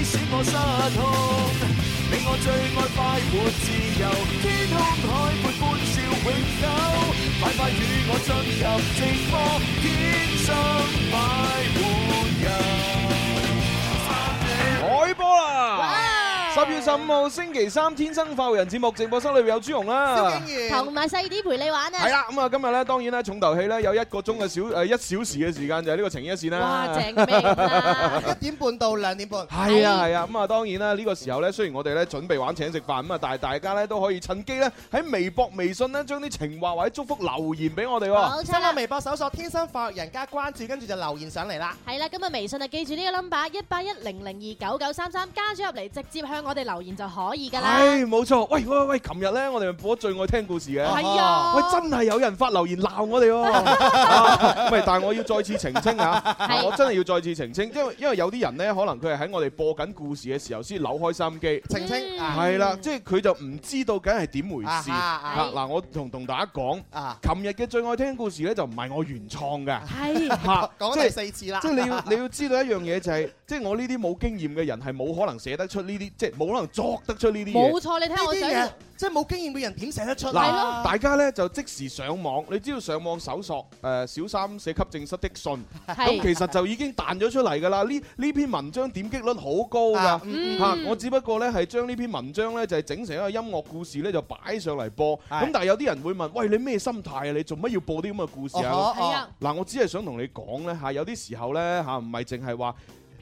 痛。你我最愛快活自由，天空海闊歡笑永久。快快與我進入直播，天生快活人。開波 Ờ. 啦！十月十五號星期三，天生快活人節目直播室裏邊有朱紅啦。同埋細啲陪你 à. 玩啊！ 係啦，咁啊今日咧，當然咧重頭戲咧有一個鐘嘅小誒一小時嘅時間就係呢個情一線啦。哇，正嘅咩 à. 啦？一點半到兩點半。係啊係啊，咁啊當然啦，呢個時候咧雖然我哋咧準備玩請食飯咁啊，但係大家咧都可以趁機咧喺微博、微信咧將啲情話或者祝福留言俾我哋喎。新浪微博搜索天生快活人加關注，跟住就留言上嚟啦。係啦，咁啊微信啊記住呢個 number 一八一零零二九九三三，加咗入嚟直接向我哋留言就可以㗎啦。係冇錯，喂喂喂，琴日咧我哋咪播咗最愛聽故事嘅，係啊喂真係有人發留言鬧我哋 喎，喂，但係我要再次澄清啊，係我真係要再次澄清，因為因為有啲人咧可能佢係喺我哋播緊故事嘅時候先扭開收音機。澄清嗯啊係啦，即係佢就唔知道緊係點回啊事。哈啊嗱嗱，我同同大家講，啊！琴日嘅最愛聽故事咧就唔係我原創 嘅，係嚇講啊第即係四次啦即。係你要你要知道一樣嘢就係，即係我呢啲冇經驗嘅人係冇可能寫得出呢啲，即係冇可能作得出呢啲嘢冇。 錯，你呢聽我啲想嘢即係冇經驗嘅人點寫得出係嗱，咯啊？大家咧就即時上網，你只要上網搜索誒小三寫給正室的信，咁係其實就已經彈咗出嚟㗎啦。呢呢篇文章點擊率好高啊㗎。嗯嚇！我只不過咧係將呢篇文章咧就係整成一個音樂故事咧就擺上嚟播，係咁但係有啲人會問：喂，你咩心態啊？你做乜要播啲咁嘅故事啊？哦係啊，嗱，我只係想同你講咧嚇，有啲時候咧嚇唔係淨係話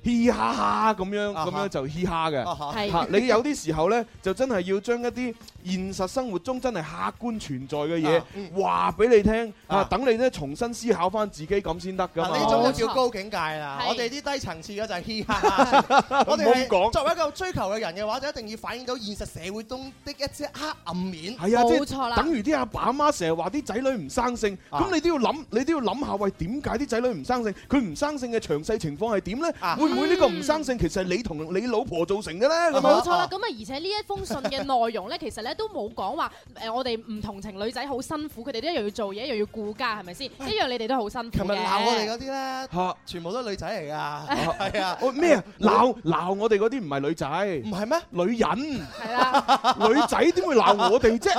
嘻嘻哈哈咁樣啊哈咁樣就嘻哈嘅。哦係 嚇！你有啲時候咧，就真係要將一啲現實生活中真係客觀存在嘅啊嗯嘢話俾你聽啊，啊等你咧重新思考翻自己咁啊先得噶嗱嘛。呢種就叫高境界啦，係我哋啲低層次嗰就係嘻哈哈。我哋 唔好咁講係作為一個追求嘅人嘅話，就一定要反映到現實社會中的一啲黑暗面。係啊，即冇錯係啦等於啲阿爸阿媽成日話啲仔女唔生性，啊咁你都要諗，你都要諗下，喂，點解啲仔女唔生性？佢唔生性嘅詳細情況係點呢？啊會唔會呢個唔生性其實係你同你老婆造成嘅呢？咁冇樣啊錯啦，咁啊，而且呢一封信嘅內容咧，其實咧都冇講話誒，我哋唔同情侶仔好辛苦，佢哋都一樣要做嘢，一樣要顧家，係咪先？一樣你哋都好辛苦琴日嘅。鬧我哋嗰啲咧，嚇！全部都係女仔嚟㗎，係啊，哦 咩啊？鬧鬧我哋嗰啲唔係女仔唔。係咩？女 人，係啦，女仔點會鬧我哋啫？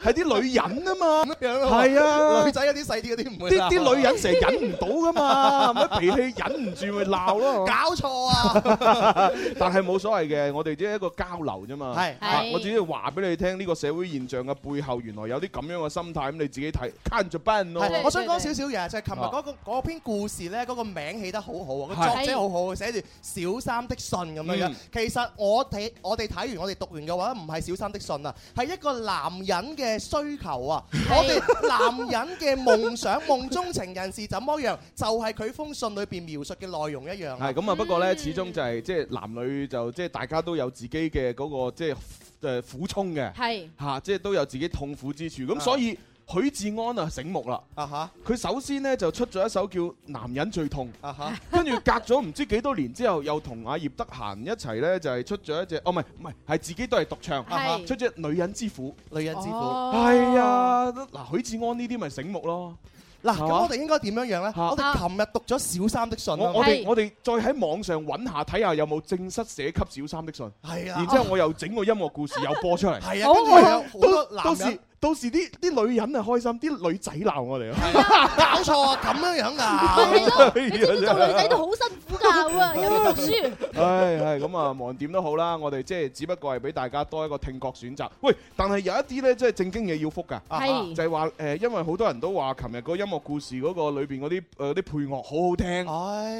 係啲女人啊嘛，咁樣咯，係啊女，仔嗰啲細啲嗰 啲唔會啲鬧。啊啲女人成日忍唔 到噶嘛，咪脾氣忍唔住咪鬧咯。搞錯 啊！但係冇所謂嘅，我哋只係一個交流啫嘛。係啊係我只要話俾你聽，呢個社會現象嘅背後原來有啲咁樣嘅心態，咁你自己睇 can 住 ban 咯。係對我想講對少少嘢，就係琴日啊嗰個嗰篇故事咧，嗰個名起得好好啊，個係作者好好，寫住小三的信咁樣樣嗯。其實我睇我哋睇完我哋讀完嘅話，唔係小三的信啊，係一個男人嘅需求 啊，我哋男人嘅夢想、夢中情人是怎麼樣，就係佢封信裏邊描述嘅內容一樣啊。係咁啊，不過呢，嗯始終就係即係男女就即係大家都有自己嘅嗰個即係誒苦衷嘅係嚇，即係都有自己痛苦之處。咁啊所以許志安啊醒目啦，啊哈佢首先呢就出咗一首叫《男人最 痛》。啊哈，跟住隔咗唔知幾多年之後，又同阿葉德嫻一齊呢，就係、出咗一隻，哦唔係唔係，係自己都係獨 唱，係出隻《女人之苦女人之苦。哦》。係啊，嗱許志安呢啲咪醒目咯。嗱，係咁嘛我哋應該點樣樣咧？嚇我哋琴日讀咗小三的信我啊我嘛，哋係我哋再喺網上揾下睇下有冇正室寫給小三的信，係啊然，之後我又整個音樂故事又播出 嚟。係好啊，跟住有好多到到男人時。到時啲啲女人啊開心，啲女仔鬧 我哋啊。搞錯啊，咁 樣樣係 哎噶，咯，你知唔知做女仔都好辛苦㗎喎，又要讀書。 唉，係咁啊，無論點都好啦，我哋即係只不過係俾大家多一個聽覺選擇。喂，但係有一啲呢，即係正經嘢要覆㗎。嗯係就係話誒，因為好多人都話，琴日個音樂故事嗰個裏邊嗰啲誒啲配樂好好哦聽，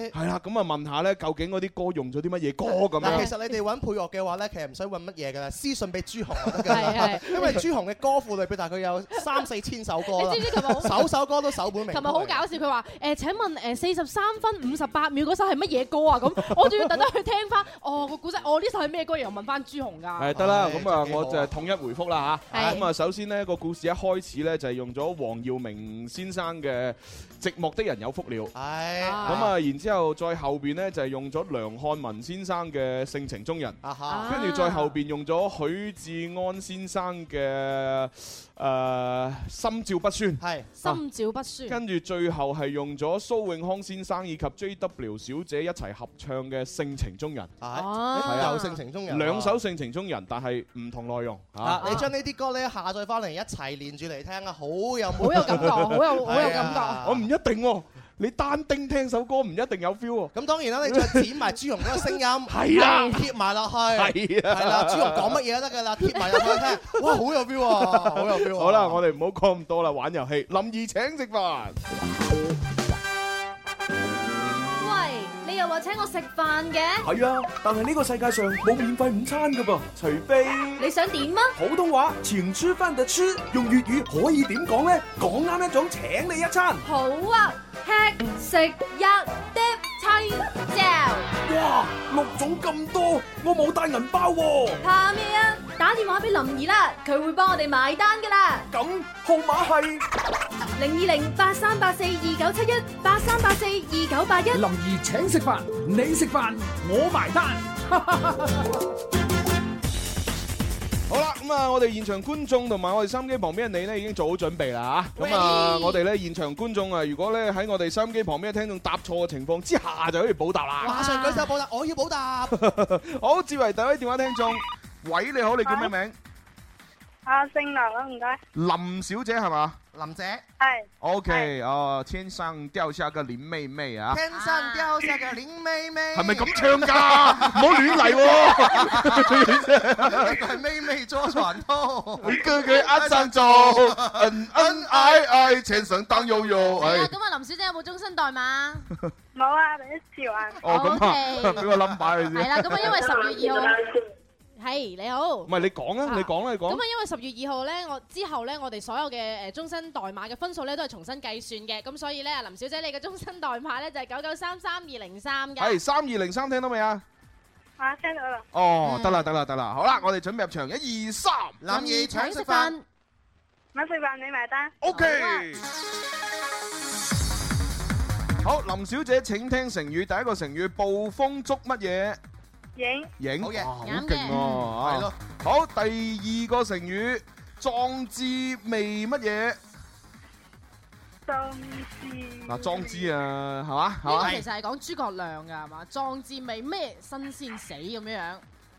唉。係啦，咁啊問下咧，究竟嗰啲歌用咗啲乜嘢歌咁嗱，樣？其實你哋揾配樂嘅話咧，其實唔使揾乜嘢噶啦，私信俾朱紅就得噶係啦係。因為朱紅嘅歌庫裏邊大概有三四千首歌啊啦你，知唔知琴 日好？首首歌都首本名。琴日好搞笑，佢話誒請問誒四十三分五十八秒嗰首係乜嘢歌啊？咁我仲要特登去聽翻，哦個古仔，哦呢首係咩歌？然後問翻朱紅㗎。係得啦，唉咁啊真係幾好我啊就係統一回覆啦嚇。係咁啊，首先呢個故事一開始呢，就係用咗黃耀明先生嘅《寂寞的人有福了》。唉，啊咁啊，然之後再後邊呢，就係用咗梁漢文先生嘅《性情中人》，啊哈，啊跟住再後邊用咗許志安先生嘅《誒呃心照不宣。係心照不宣。跟住最後係用咗蘇永康先生以及 J.W. 小姐一齊合唱嘅《性情中人係哦有性情中》，人兩首《性情中人》，但係唔同內容嗯啊嚇。！你將呢啲歌咧下載翻嚟一齊連住嚟聽啊，好有好有感覺，好 有好有感係覺。啊我唔一定喎，你單丁聽首歌唔一定有 feel 喎。 咁當然啦，你再剪埋朱紅嗰個聲音，係啊貼埋落去，係啊係啦，朱紅講乜嘢都得㗎啦，貼埋入去聽，哇，好有 feel 啊，好有 feel 啊！好啦，我哋唔好講咁多啦，玩遊戲。林怡請食飯。喂，你又話請我食飯嘅，係啊，但係呢個世界上冇免費午餐噶噃，除非你想點啊？普通話前出翻特出，用粵語可以點講呢？講啱一種請你一餐，好啊，吃食一碟青椒，哇，六種咁多，我冇帶銀包喎、怕咩啊？打電話俾林兒啦，佢會幫我哋埋單㗎啦。咁號碼係零二零八三八四二九七一八三八四二九八一。林怡請食飯，你食飯，我埋單。好啦，咁啊，我哋現場觀眾同埋我哋收音機旁邊嘅你呢，已經做好準備啦嚇。咁啊，我哋呢現場觀眾啊，如果呢喺我哋收音機旁邊嘅聽眾答錯嘅情況之下，就可以補答啦。馬上舉手補答，我要補答，好，接為第一位電話聽眾，喂，你好，你叫咩名？啊，姓林啊，唔該，林小姐係嘛林姐，係？OK，哦，天生掉下個林妹妹啊，天生雕石嘅林妹妹，係咪咁 唱㗎？唔好亂嚟喎，呢個係妹妹坐船頭，佢佢呃生 做，恩恩愛愛，請上當悠悠，哎。咁啊，林小姐有冇終身代碼？冇啊，第一次玩。哦，咁啊， OK 俾個 number 你係先。啦，咁啊，因為十月二號，係你好唔。係你講啊，你講啦，你咁講啊。，因為十月二號咧，我之後咧，我哋所有嘅誒終身代碼嘅分數咧都係重新計算嘅，咁所以咧，林小姐你嘅終身代碼咧就係九九三三二零三嘅係。三二零三聽到未啊？啊，聽到啦，哦，得啦得啦得啦，好啦，我哋準備入場，一二三林怡請食飯，，晚食飯你埋單。 ，OK。好，林小姐請聽成語，第一個成語暴風捉乜嘢影影？好嘢哇好啱勁喎！係啊咯，好，第二個成語壯志未乜嘢？壯志。嗱，壯志啊，係嘛係呢嘛個？其實係講諸葛亮㗎係嘛？壯志未咩新鮮死咁樣樣。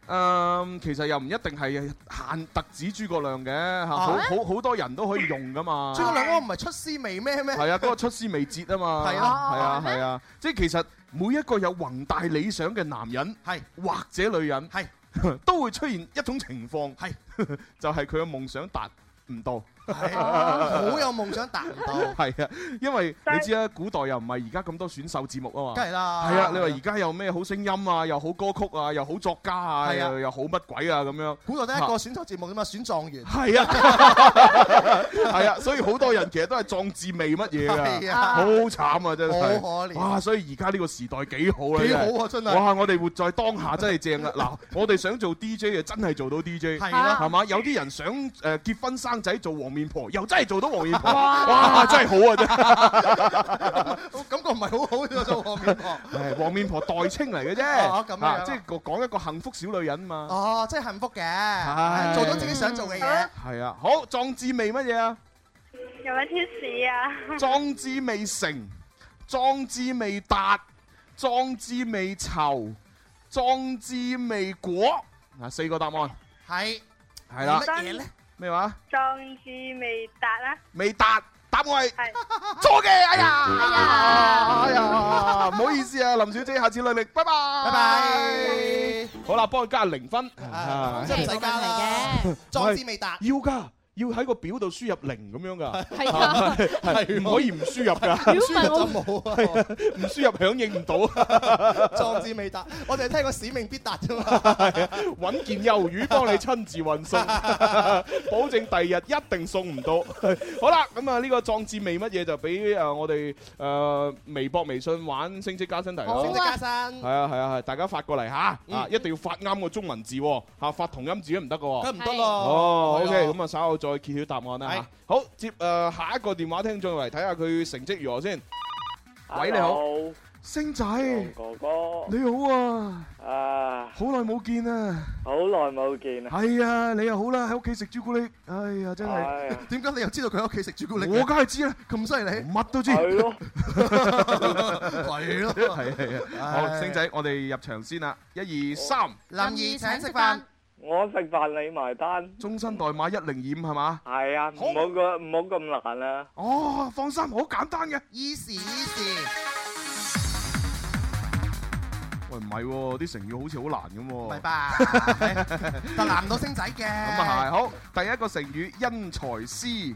誒，其實又唔一定係限特指諸葛亮嘅嚇，好好好多人都可以用 噶嘛。朱古力嗰個唔係出師未咩咩？係啊，嗰個出師未捷啊嘛。係咯係哦啊，係啊，即係其實每一個有宏大理想嘅男人係或者女人，係 都會出現一種情況，係 就係佢嘅夢想達唔到。係好有夢想達唔到，係啊，因為但你係知啦，古代又唔係而家咁多選秀節目啊梗係嘛。啦。係啊，你話而家有咩好聲音啊，又好歌曲啊，又好作家係啊，啊又又好乜鬼啊咁樣。古代得一個選秀節目啫嘛，選狀元。係啊， 係啊，所以好多人其實都係壯志未乜嘢係㗎，啊好慘啊真係。好可憐哇！所以而家呢個時代幾好啦，幾真係好啊，真係。哇！我哋活在當下真係 正啦。嗱，我哋想做 DJ 嘅真係做到 DJ，係啊啦。係嘛？有啲人想誒結婚生仔做黃面婆，又真係做到黃面 婆，哇！真係好啊真係。感覺唔係好好呢個做面 婆。唉黃面婆代稱嚟嘅啫，哦咁樣啊即係講一個幸福小女人嘛。哦，即係幸福係嘅，做到自己想做嘅嘢。係啊，好壯志未乜嘢啊？有冇貼士啊？ 嗯壯志未成，壯志未達，壯志未酬，壯志未果。嗱，四個答案係係啦乜，嘢咧？咩話？壯志未達啦，未達，答案 係係錯嘅。哎呀，哎呀，唔好意思啊，林小姐，下次努力，拜拜，拜拜。拜。好啦，幫佢加零分，啊啊真係唔使加啦，壯志未達。要噶。要喺個表度輸入零咁樣 噶，係哦啊，係唔可以唔輸入噶， 如果唔係我冇啊！唔輸入響應唔到，壯志未達，我哋係聽過使命必達啫嘛。揾件魷魚幫你親自運 送，保證第日一定送唔到。好啦，咁啊呢個壯志未乜嘢就俾誒我哋誒微博、微信玩升職加薪題好啦升。職加薪係，啊係啊係，大家發過嚟吓，啊嗯一定要發啱個中文字喎嚇，發同音字都唔得嘅喎。梗唔得咯。哦係啊，OK，咁啊稍後再揭曉答案啦係嚇。好，接誒下一個電話聽眾嚟睇下佢成績如何先。喂，你好，星仔，哥哥你好啊，啊，好耐冇見啊，好耐冇見啊！係啊，你又好啦，喺屋企食朱古力，哎呀，真係，唉，點解你又知道佢喺屋企食 朱古力嘅？我梗係知啦，咁犀利，乜都知。係咯，係咯。係係啊，好，星仔，我哋入場先啦，一二三，林怡請食飯，我食飯你埋單。終身代碼一零二五係嘛？係啊，唔好咁唔好咁難啊！哦，放心，好簡單嘅。 easy easy。喂，唔係喎，啲成語好似好難咁唔喎係。 吧？但難唔到星仔嘅。咁啊係，好，第一個成語因材施。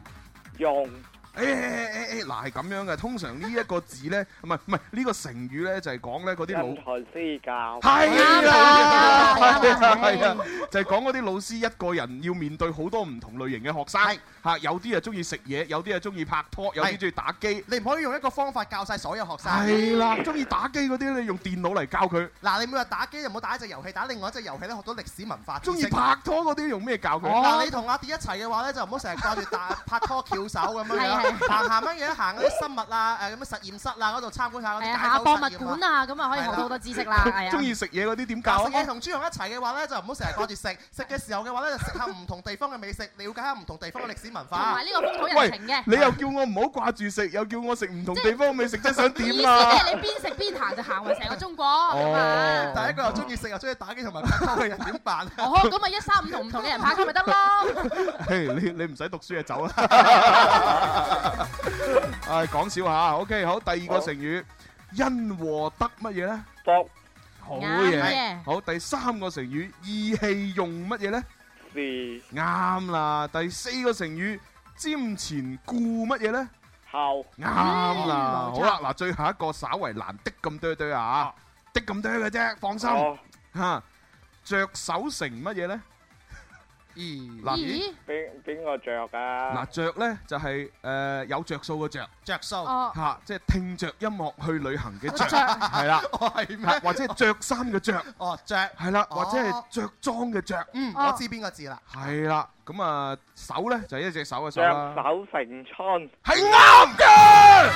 用誒誒誒誒，嗱係咁樣嘅，通常呢一個字咧，唔係唔係呢個成語咧，就係講咧嗰啲老因材施教。係啦，啱啊係啊啱 係啊啊，就係講嗰啲老師一個人要面對好多唔同類型嘅學生係嚇，有啲啊中意食嘢，有啲啊中意拍拖，有啲係中意打機。你唔可以用一個方法教晒所有學生。係啦，中意打機嗰啲，你用電腦嚟教佢；嗱，你每日打機就唔好打一隻遊戲，打另外一隻遊戲咧學到歷史文化。中意拍。拖嗰啲，用咩教佢？哦嗱，你同阿迪一齊嘅話咧，就唔好成日掛住打拍拖翹手咁樣 樣，行下乜嘢行嗰啲生物啊，誒咁嘅實驗室啊嗰度參觀下嗰係啲解啊，下剖博實驗物館啊，咁啊可以學到好多知識啦， 係啊。中意食嘢嗰啲點教嗱，啊食？嘢同朱紅一齊嘅話咧，就唔好成日掛住食，食嘅時候嘅話咧，就食下唔同地方嘅美食，了解下唔同地方嘅歷史文同化埋。呢個風土喂人情嘅。你又叫我唔好掛住食，又叫我食唔同地方美食，真係想 意思點即啊？係你邊食邊行就行勻成個中國咁啊！但係一個又中意食又中意打機同埋拍拖嘅人點辦？啊哦，咁咪一三五同唔同嘅人拍拖咪得咯。嘿你你唔使讀書就走啦。啊唉，講笑下。OK，好，第二個成語因禍得乜嘢咧？博好啱嘢。嘅。好，第三個成語意氣用乜嘢咧？士啱啦。第四個成語瞻前顧乜嘢咧？後啱啦。嗯冇好錯啦，嗱，最後一個稍為難的咁多堆啊，的咁多嘅啫，放心哦嚇。着手成乜嘢咧？咦嗱咦？邊邊個着啊嗱，？着咧就係誒有着數嘅着。着數。哦，吓，即係聽着音樂去旅行嘅着，à, 着係啦，哦，係嚇咩？或者係着衫嘅着，哦，着。係啦，哦或者係着裝嘅着，嗯，哦我知邊個字啦。係啦，咁啊手咧就係一隻手嘅手着 Dạ. 啦，手成春，係啱嘅，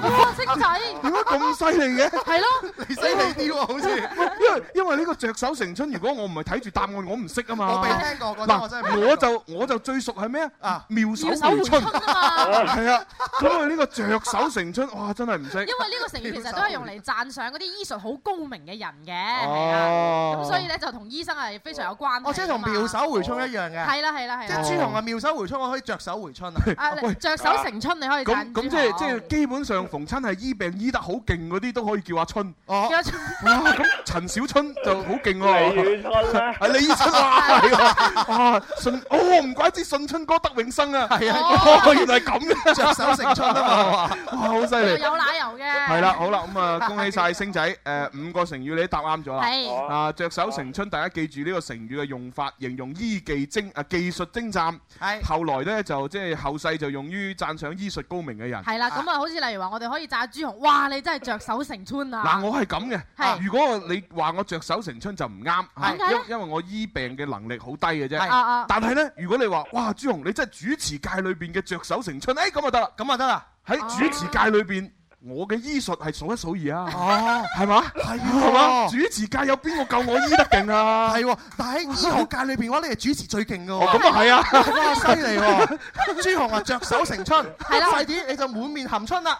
哇，哦星仔，點解咁犀利嘅？係咯，你犀利啲喎，好似因為因為呢個着手成春，如果我唔係睇住答案，我唔識啊我哦嘛未。聽過，覺得我真係嗱，未聽過我就我就最熟係咩啊啊？妙手妙手回回春春，啊嘛。係啊，咁啊呢個着手成春，哇，真係唔識因。為呢個成語其實都係用嚟讚賞嗰啲醫術好高明嘅人嘅，係啊。哦咁所以咧就同醫生係非常有關係㗎嘛。哦，即係同妙手回春一樣嘅，係啦係啦係即啦係。朱紅啊，妙手回春，我可以着手回春啊。啊，喂着手成春你可以咁讚咁即係即係基本上逢親係醫病醫得好勁嗰啲都可以叫阿 春。哦，係哇！咁陳小春就好勁李喎。宇春 。咧係李宇春哇，係喎哇順哦，唔怪之順春哥得永生啊，係啊哦，原來係咁嘅，着手成春啊嘛，哇，好犀利，有奶油嘅。係啦，，好啦，咁啊，恭喜晒星仔，誒，五個成語你都答啱咗啦，哦係。啊，着手成春，大家記住呢個成語嘅用法，形容醫技精啊技術精湛，係後來咧就即係後世就用於讚賞醫術高明嘅人。係啦，咁啊，好似例如話，我哋可以炸朱紅，哇！你真係着手成春啊！嗱，我係咁嘅。啊係如果你話我着手成春就唔啱，嚇點解因咧因為我醫病嘅能力好低嘅啫係。啊啊！但係咧，如果你話哇朱紅，你真係主持界裏邊嘅着手成春，哎誒咁就得啦。咁就得啦。喺哦主持界裏邊，我嘅醫術係數一數二啊，哦，係嘛？係係嘛？喎主，持界有邊個夠我醫得勁啊？係喎。但喺醫學界裏邊嘅話，你係主持最勁嘅 哦，喎。咁啊係啊，哇，犀利喎！朱紅啊，着手成春，係啦快啲你就滿面含 春啦。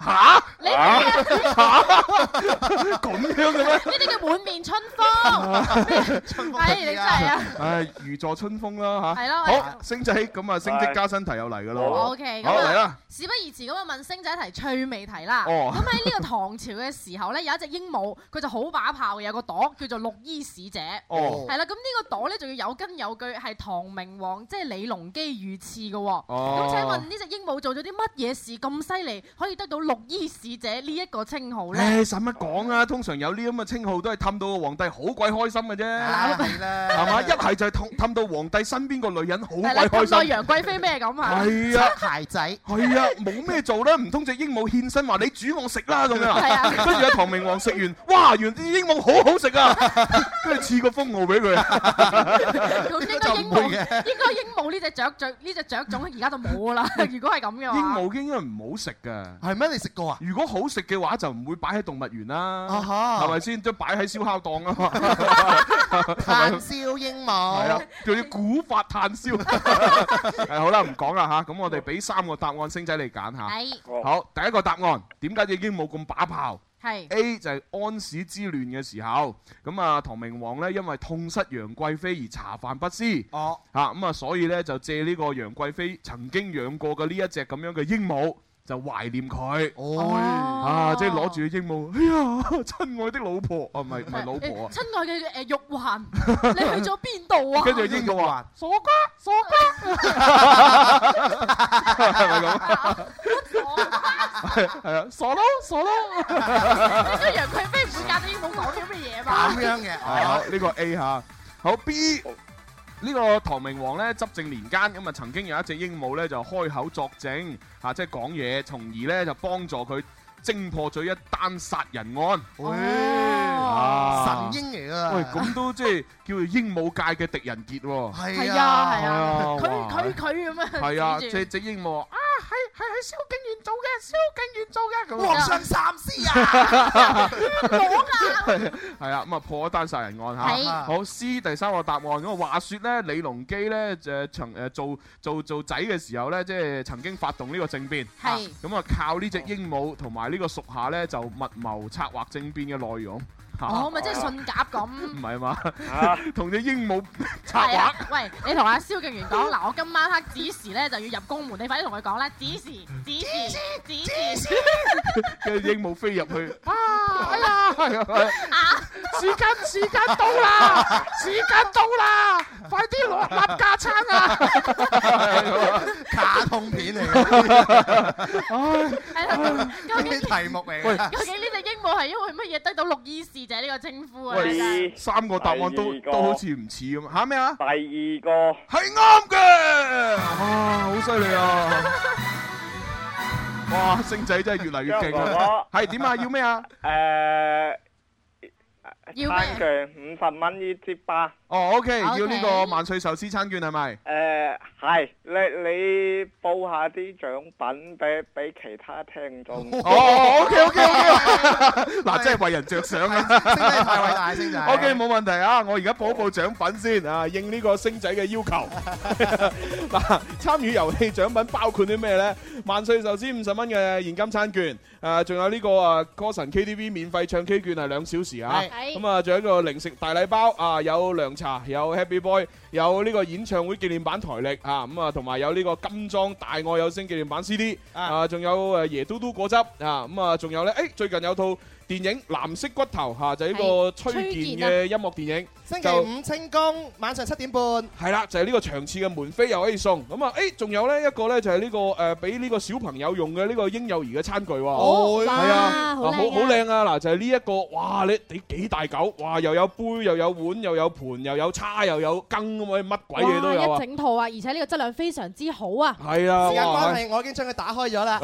嚇你呢咁樣嘅咩？啲叫滿面春風，係你真係啊！唉，如坐春風啦嚇。 係咯啊好，星仔咁啊，升職係加薪題又嚟㗎啦喎。 OK，咁好嚟啊，啦，事不宜遲咁啊，問星仔一題趣味題啦。哦咁喺呢個唐朝嘅時候咧，有一隻鸚鵡，佢就好把炮嘅，有個朵叫做綠衣使者。哦係啦，咁呢個朵咧仲要有根有據，係唐明王即係李隆基御賜嘅喎。哦。咁請問呢只鸚鵡做咗啲乜嘢事咁犀利，可以得到綠衣使者呢一個稱號咧？唉，使乜講啊？通常有呢咁嘅稱號都係氹到個皇帝好鬼開心嘅啫，啊 係啦，係嘛？一係就係氹氹到皇帝身邊個女人好鬼係啦，咁開耐心，楊貴妃咩咁啊？係啊。擦鞋仔。係啊，冇咩做啦，唔通只鸚鵡獻身話你煮我食啦咁樣係啊？啊跟住阿唐明皇食完，哇！原來啲鸚鵡好好食啊，跟住賜個封號俾佢。咁應該就英唔武，會應嘅該英武呢只雀雀呢只雀種而家就 冇啦。如 果係咁嘅鸚話，鵡應該唔好食㗎。係咩？你食過啊？如果好食嘅話，就唔會擺喺動物園啦，啊哈係咪先？都擺喺燒烤檔啊嘛，炭燒鸚係啊鵡，，叫啲古法炭燒。 係好啦，唔講啦吓，咁我哋俾三個答案，星仔你揀下。係好，第一個答案點解已經冇咁把炮係？A 就係安史之亂嘅時候，咁啊唐明皇呢，因為痛失楊貴妃而茶飯不思，哦，啊咁啊所以呢，就借呢個楊貴妃曾經養過嘅呢一隻咁樣嘅鸚鵡，就懷念佢。哦啊！即係攞住啲鸚鵡，哎呀，親愛的老婆，啊，唔係唔係老婆啊，親愛嘅 誒玉環，你去咗邊度啊？跟住鸚鵡話：傻瓜，傻係瓜，咪咁？ 傻瓜！係啊，傻佬，傻佬。應該楊貴妃唔會教你英武講啲咩嘢吧？咁樣嘅，係哦好，啊呢個 A 吓，好 B。呢個唐明皇咧執政年間，咁啊曾經有一隻鸚鵡咧就開口作證，嚇、即係講嘢，從而咧就幫助佢偵破咗一單殺人案。啊神鷹嚟啊噶。喂，咁都即係叫做鸚鵡界嘅狄仁傑 喎。係係啊，啊係啊，佢哇佢佢咁樣係啊，指住隻隻鸚鵡啊，係係喺蕭敬元做嘅，蕭敬元做嘅咁皇啊。上三思啊！係啊，咁啊破一單殺人案 係啊嚇。好 C 第三個答案咁啊，話説咧李隆基咧誒曾誒做做做仔嘅時候咧，即係曾經發動呢個政變。係咁啊，靠呢只鸚鵡同埋呢個屬下咧，就密謀策劃政變嘅內容嚇，哦，咪即係信鴿咁。唔係嘛？ 啊，同只鸚鵡策係劃啊，喂，你同阿蕭敬元講嗱，我今晚黑子時咧就要入宮門，你快啲同佢講啦，子時，子時，子 時嘅鸚鵡飛入 去。啊！哎呀，係啊！啊！時間時間到 啦，時間到啦，快啲攞立架撐 啊！卡通片嚟嘅，係啦，究呢竟啲題目嚟喂嘅。究竟呢只鸚鵡係因為乜嘢得到綠衣侍者呢個稱呼啊？喂真係第三個答案都第二個都好似唔似咁嚇咩啊？二個係啱嘅，啊，好犀利 啊！哇，星仔真係越嚟越勁啊！係點啊？要咩啊？誒，要餐咩？券五十蚊一支吧。哦，OK，要 OK 呢個萬歲壽司餐券係咪？誒，係你你報下啲獎品俾俾其他聽 眾。哦，OK OK OK，嗱，真係為人着想啊！星仔太偉大，星仔。 O K，冇問題啊！我而家補一補獎品先啊，應呢個星仔嘅要求。 嗱，參與遊戲獎品包括啲咩呢？萬歲壽司五十蚊嘅現金餐券，誒，仲有呢個啊歌神 K T V 免費唱 K 券係兩小時啊。係咁啊，仲有一個零食大禮包啊，有涼茶，有 Happy Boy，有呢個演唱會紀念版台歷啊，咁啊，同埋有呢個金裝大愛有聲紀念版 CD 啊，仲有誒椰嘟嘟果汁啊，咁啊，仲有呢，誒最近有套電影《藍色骨頭》嚇，就係呢個崔健嘅音樂電影，星期就五清工，晚上七點半，係啦，就係呢個場次嘅門飛又可以送，咁啊，誒仲有呢一個呢，就係呢個誒俾呢個小朋友用嘅呢個嬰幼兒嘅餐具喎。哦係啊，哇啊好好靚啊好靚啊！嗱，就係呢一個，哇！你你幾大嚿？哇！又有杯，又有碗，又有盤，又有叉，又有羹咁樣，乜鬼嘢都有哇啊一！整套啊，而且呢個質量非常之好啊！係啊，時間哇關係，我已經將佢打開咗啦，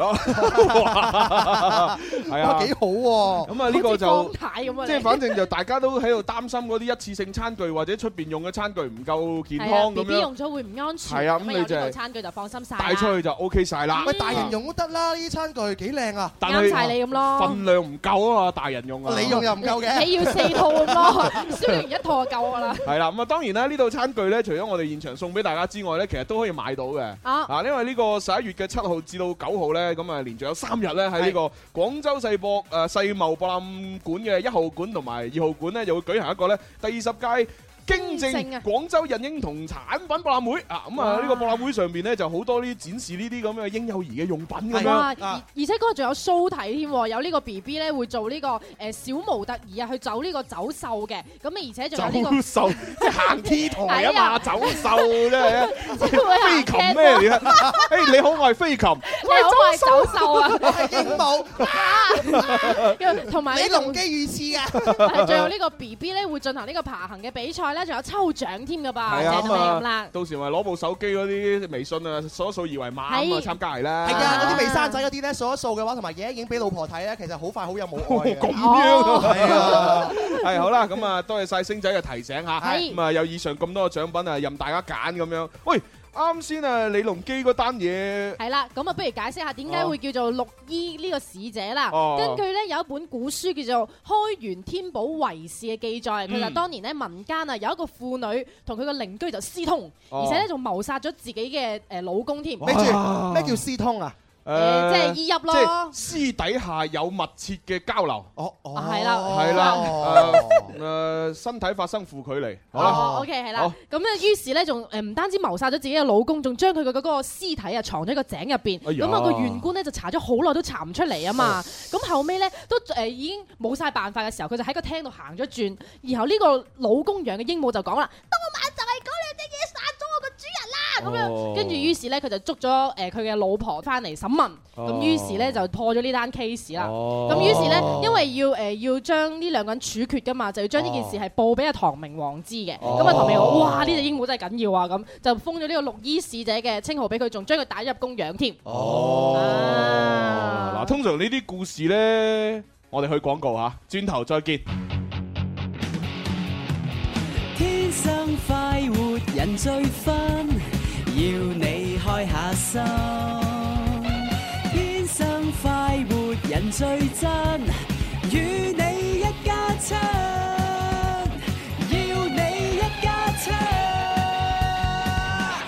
哇係哇啊，幾好喎！咁啊呢個好似就方。太咁啊，即係反正就大家都喺度擔心嗰啲一次性餐具或者出邊用嘅餐具唔夠健康你係啊咁 B B 樣，用咗會唔安全，係啊咁啊你有呢就係套餐具就放心晒啦帶出去就 OK 晒啦。喂，大人用都得啦，呢啲餐具幾靚啊！但啱晒係你咁咯。份量唔夠啊嘛，大人用啊。你用又唔夠嘅，你要四套咁 咯，小完一套就夠噶啦。係啦，咁啊當然啦，呢套餐具咧，除咗我哋現場送俾大家之外咧，其實都可以買到嘅。 啊，啊，因為呢個十一月嘅七號至到九號呢，咁啊連續有三日呢，喺呢個廣州世博誒世貿博覽館嘅一號館同埋二號館呢，又會舉行一個呢第二十屆。經經正啊正廣州印英童產品博覽會啊，咁哇啊呢個博覽會上邊呢，就好多呢啲展示呢啲咁嘅嬰幼兒嘅用品咁係啊樣，哇！而而且嗰個仲有 show 睇添喎，有呢個 B B 咧會做呢個呃誒小模特兒啊，去走呢個走秀嘅。咁而且 仲有呢個 走啊秀即係行 T 台啊哎呀嘛，走秀真 係啊即係會飛行禽咩你啊？誒你好，我係飛禽，你好，我係走秀啊！係鸚鵡，同埋呢你仲啊 龍基魚翅嘅。à. 啊仲有呢個 B B 咧會進行呢個爬行嘅比賽咧，仲有抽獎添噶噃，係就啊係同你咁啦。到時咪攞部手機嗰啲微信啊，掃一掃二維碼咁啊，係參加嚟啦。係啊，嗰啲微未生仔嗰啲咧，數一數嘅話，同埋嘢已經俾老婆睇咧，其實好快好有啊冇哦愛咁嘅。樣哦啊，係啊，係好啦，咁啊，多謝晒星仔嘅提醒吓，係咁啊有以上咁多嘅獎品啊，任大家揀咁樣。喂，啱先啊，李龍基嗰單嘢。係啦，咁啊，不如解釋下點解會叫做六醫呢個使者啦哦。根據咧有一本古書叫做《開元天寶遺事》嘅記載，嗯佢就當年咧民間啊有一個婦女同佢個鄰居就私通，而哦且咧仲謀殺咗自己嘅誒老公添，誒咩哇叫咩叫私通啊？呃即係誒意入呃即咯哦係。私底下有密切嘅交流，哦哦，係啦係啦哦誒呃身體發生負距離，好啦，哦，OK，係啦好，咁咧，於是咧，仲誒唔單止謀殺咗自己嘅老公，仲將佢嘅嗰個屍體啊藏咗喺個井入邊。哎呀哎咁啊，個縣官咧就查咗好耐都查唔出嚟啊嘛。咁後尾咧都誒已經冇晒辦法嘅時候，佢就喺個廳度行咗轉，然後呢個老公養嘅鸚鵡就講啦：當晚就係嗰兩隻嘢殺咗哦我個主人啦！咁樣，跟住於是咧佢就捉咗誒佢嘅老婆翻嚟審問，哦咁於是咧就破咗呢單 case 啦。咁啊咁於是咧，因為要誒、呃要將呢兩個人處決噶嘛，就要將呢件事係報俾阿唐明皇知嘅。哦咁啊、唐明皇哇呢隻鸚鵡真係緊要啊！咁就封咗呢個綠衣使者嘅稱號俾佢，仲將佢打入公養添。哦，啊嗱，通常呢啲故事咧，我哋去廣告吓，轉頭再見。天生快活人最 fun，要你開下心。天生快活人最真，與你一家親，要你一家親。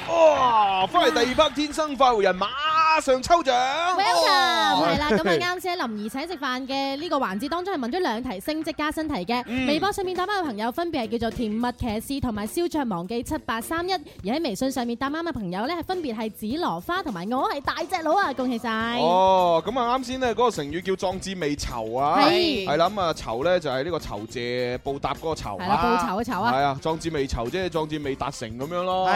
哦哇！翻嚟第二 part《天生快活人》，馬上抽獎。 哦 Welcome，係啦，咁啊啱先喺林兒請食飯嘅呢個環節當中係問咗兩題升職加薪題嘅，嗯微博上面答啱嘅朋友分別係叫做甜蜜騎士同埋燒灼忘記七八三一，而喺微信上面答啱嘅朋友咧係分別係紫羅花同埋我係大隻佬啊，恭喜晒！哦，咁啊，啱先咧嗰個成語叫壯志未酬啊，係係啦，咁啊酬咧就係呢個酬謝報答嗰個酬係啦，啊，報酬嘅酬啊！係啊，壯志未酬即係壯志未達成咁樣咯，嗯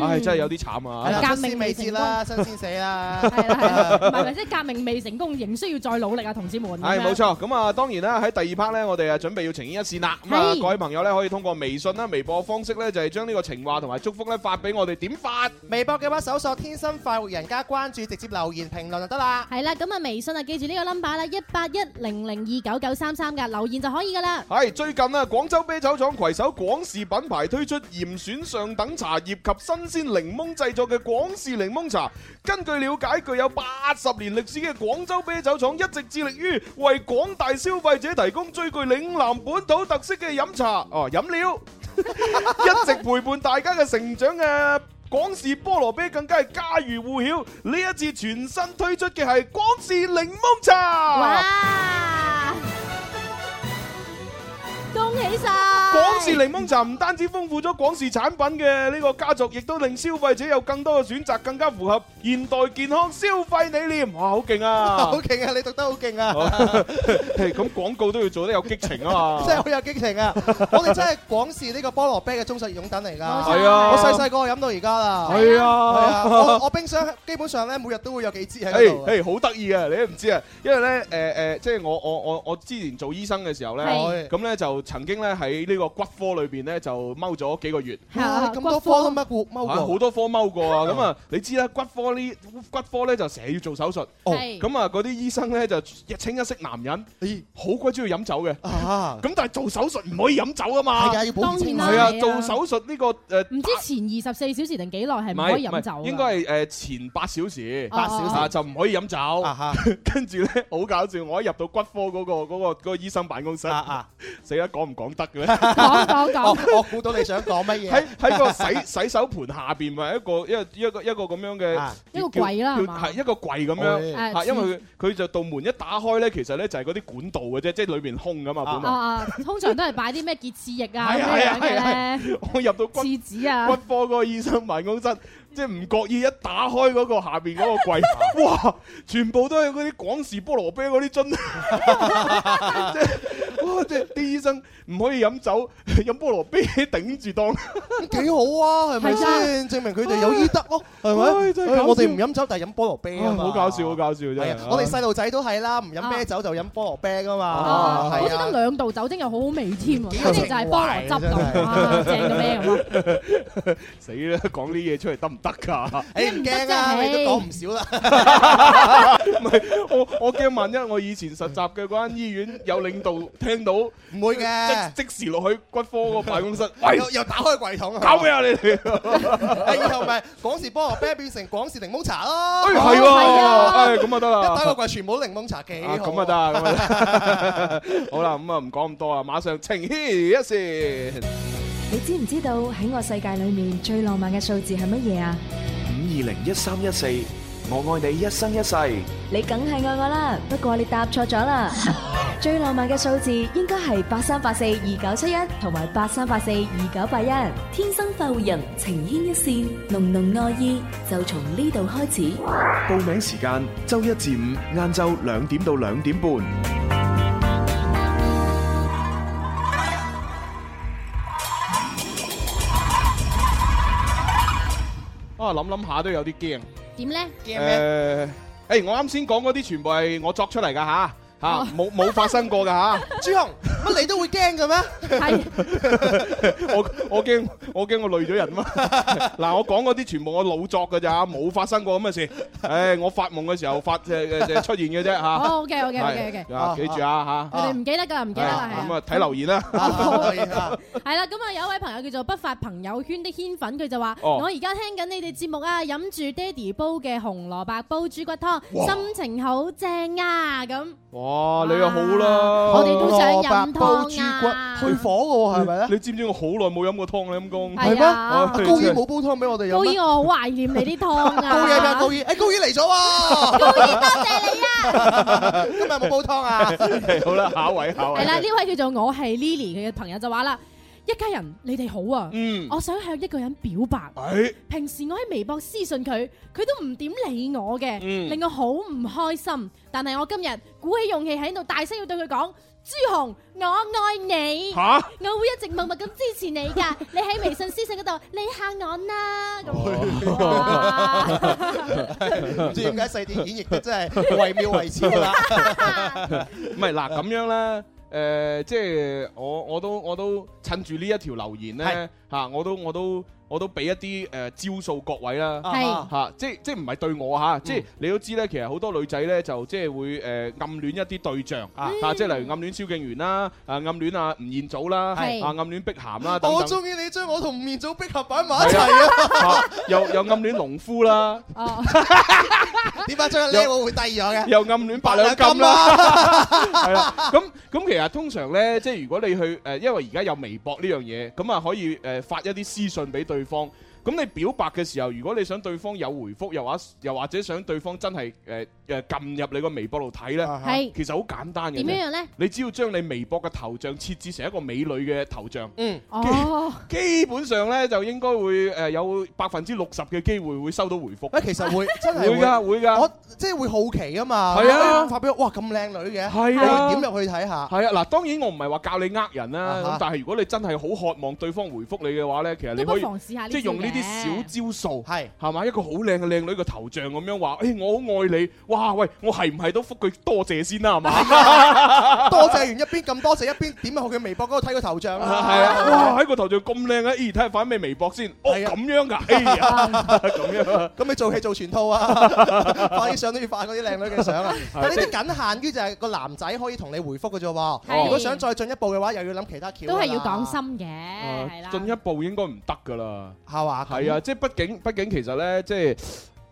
係唉，真係有啲慘啊係。啦，新革鮮命未未知啦，新鮮死啦。係啦，Ờ, 係啦，唔係咪即係革命未成功，仍需要再努力啊，同志們。系冇錯，咁啊當然啦，喺第二 part 咧，我哋啊準備要情牽一線啦。咁啊，係各位朋友咧可以通過微信啦、微博方式咧，就係將呢個情話同埋祝福咧發俾我哋，點發？微博嘅話，搜索天生快活人家關注，直接留言評論就得啦。係啦，咁啊微信啊記住呢個 number 啦，一八一零零二九九三三噶，留言就可以噶啦。係最近啊，廣州啤酒廠攜手廣氏品牌推出嚴選上等茶葉及新鮮檸檬製作嘅廣氏檸檬茶。根據了解，具有八十年歷史嘅廣州啤酒廠一直致力於為廣大消費者提供最具嶺南本土特色嘅飲茶哦飲料，一直陪伴大家嘅成長嘅。廣氏菠蘿啤更加係家喻戶曉，呢一次全新推出嘅係廣氏檸檬茶。哇！恭喜晒！廣氏檸檬茶唔單止豐富咗廣氏產品嘅呢個家族，亦都令消費者有更多嘅選擇，更加符合現代健康消費理念。哇，好勁啊好！勁啊！你讀得好勁啊！哦係咁廣告都要做得有激 情啊真係嘛！好有激情 啊！我哋真係廣視呢個菠蘿啤嘅忠實擁趸嚟㗎。係啊，我細細個飲到而家啦。係係啊，啊我。我冰箱基本上咧每日都會有幾支喺嗰誒度。誒，好得意啊！你都唔知啊，因為咧誒誒，即係我我我我之前做醫生嘅時候咧，係咁咧就曾經咧喺呢個骨科裏邊咧就踎咗幾個月。哇咁多科都乜過踎啊過好多科踎 過啊！咁啊，你知啦，骨科呢骨科咧就成日要做手術，哦係咁啊嗰啲醫生咧就一清一色男人，咦好鬼中意飲酒嘅。啊！咁但係做手術唔可以飲酒啊嘛係。啊，要保持清當係醒。啊，然啦係啊做手術呢個誒唔知前二十四小時定幾耐係唔可以飲酒啊哦㗎？應該係誒前八小時。八小時啊，就唔可以飲酒，哦啊哈跟住咧好搞笑，我一入到骨科嗰個嗰個嗰個醫生辦公室啊，啊！死啦，講唔講得嘅 咧？講講我哦講。我估到你想講乜嘢喺？喺個洗洗手盤下邊咪一個一一個一個咁樣嘅啊一個櫃啦叫係嘛啊係一個櫃咁樣。哎誒嚇，因為佢佢就道門一打開咧，其實咧就係嗰啲管道嘅啫，即係裏面空噶嘛，本啊來。 啊，通常都係擺啲咩潔廁液哦啊係咁啊樣係啊嘅咧，我入到骨廁紙骨啊，科嗰個醫生辦公室，即係唔覺意一打開嗰個下邊嗰個櫃，哇！全部都係嗰啲廣氏菠蘿啤嗰啲樽，即係哇！ 即係啲醫生唔可以飲酒，飲菠蘿啤頂住當，幾好啊，係咪係啊先？證明佢哋有醫德咯，係咪唉真係搞？笑我哋唔飲酒，但係飲菠蘿啤啊好嘛。搞笑，好搞笑真係係啊，我哋細路仔都係啦，唔飲啤酒就飲菠蘿啤噶哦嘛。Ờ, 啊係我覺得兩度酒精又好好味添啊，幾跟有住就係菠蘿汁度，哇正到咩咁啊！死啦！講啲嘢出嚟得唔得 㗎？誒唔驚啊，你都講唔少 啦。唔係，我我驚萬一我以前實習嘅嗰間醫院有領導聽到，唔會嘅即即時落去骨科個 辦公室，喂，又又打開櫃桶啊！搞咩啊你哋？係以後咪廣氏菠蘿啤變成廣氏檸檬茶咯。哎係喎，誒咁啊得啦，一打個櫃全部都檸檬茶，幾哎啊好咁啊得啊，咁啊 得，好啦，咁啊唔講咁多啊，馬上情牽一線。你知唔知道喺我世界裏面最浪漫嘅數字係乜嘢啊？二零一三一四，我愛你一生一世。你梗係愛我啦，不過你答錯咗啦。最浪漫嘅數字應該係八三八四二九七一同埋八三八四二九八一。天生快活人，情牽一線，濃濃愛意就從呢度開始。報名時間周一至五晏晝兩點到兩點半。啊諗諗下都有啲驚。點咧？誒，誒我啱先講嗰啲全部係我作出嚟㗎吓，吓哦冇冇發生過㗎吓。 朱紅，乜你都會驚嘅咩？係。我我驚我驚我累咗人嘛。 嗱，我講嗰啲全部我老作㗎咋，冇發生過咁嘅事。誒，我發夢嘅時候發誒誒誒出現嘅啫嚇。哦，OK，OK，OK，OK 係啊，記住啊嚇。佢哋唔記得㗎啦，唔記得啦，係啊咁啊，睇留言啦。Ờ, à, 係啦，咁啊有一位朋友叫做不發朋友圈的牽粉，佢就話：哦我而家聽緊你哋節目啊，飲住爹哋煲嘅紅蘿蔔煲豬骨哇湯，心情好正啊！咁哇，你又好啦。我哋都想 Ờ, 飲煲湯豬骨啊！去火嘅喎，係咪咧？你知唔知我好耐冇飲過湯咧？陰公係咩係啊哦阿高姨冇煲湯俾我哋飲高姨，咩？我好懷念你 啲湯啊！高姨咩？高姨，誒高姨嚟咗喎！高姨多謝你啊！今日有冇煲湯啊？ 好啦，下一位，下一位。係啦，呢位叫做我係 Lily 嘅朋友就話啦。一家人，你哋好啊！嗯我想向一個人表白。哎平時我喺微博私信佢，佢都唔點理我嘅，嗯令我好唔開心。但係我今日鼓起勇氣喺度大聲要對佢講：朱紅，我愛你！吓我會一直默默咁支 持你㗎。你喺微信私信嗰度，你下我啦。咁哦 唔知點解細啲演繹得真係惟妙惟肖啦。唔係嗱，咁樣咧。誒、即係我我都我都趁住呢一條留言咧嚇、我都我都我都俾一啲誒、招數各位啦，係嚇、即係即係唔係對我嚇、即係你都知咧，其實好多女仔咧就即係會誒、暗戀一啲對象嚇、即係例如暗戀蕭敬元啦，啊暗戀啊吳彥祖啦，啊嗯係暗戀碧咸啦等我等。中意你將我同吳彥祖逼合擺埋一齊啊！啊又又暗戀農夫 啦，點解將個 level 會低咗嘅？又暗戀八兩金啦，係啦。咁咁其實通常咧，即係如果你去誒，因為而家有微博呢樣嘢，咁啊可以誒發一啲私信俾對方。咁你表白嘅時候，如果你想對方有回覆，又或又或者想對方真係誒誒撳入你個微博度睇啊咧，係其實好簡單嘅啫。點樣樣咧你只要將你微博嘅頭像設置成一個美女嘅頭像，嗯，哦，基本上咧就應該會誒有百分之六十嘅機會會收到回覆。喂，其 實會真係會㗎，會㗎。我即係會好奇啊嘛。係啊哎發俾我，哇咁靚女嘅，係啊我點入去睇下？係啊，嗱，當然我唔係話教你呃人啦，哈咁但係如果你真係好渴望對方回覆你嘅話呢，其實 你都可不以妨試下呢即係用呢招啲小招數，係係嘛一個好靚嘅靚女嘅頭像咁樣話，誒我好愛你，哇喂，我係唔係都覆佢多謝先啦，係嘛？多謝完一邊咁多謝一邊，點入去佢微博嗰度睇個頭像係 啦？啊，哇喺個頭像咁靚嘅，咦睇下發咩微博先， 哦咁樣㗎，哎呀咁樣啊。咁你做戲做全套啊， 發啲相都要發嗰啲靚女嘅相 啊。但呢啲僅限於就係個男仔可以同你回覆嘅啫喎。係如果想再進一步嘅話，又要諗其他橋。都係要講。心嘅，啊係啦。進一步應該唔得噶啦，係嘛？係啊，即係畢竟畢竟其實呢，即係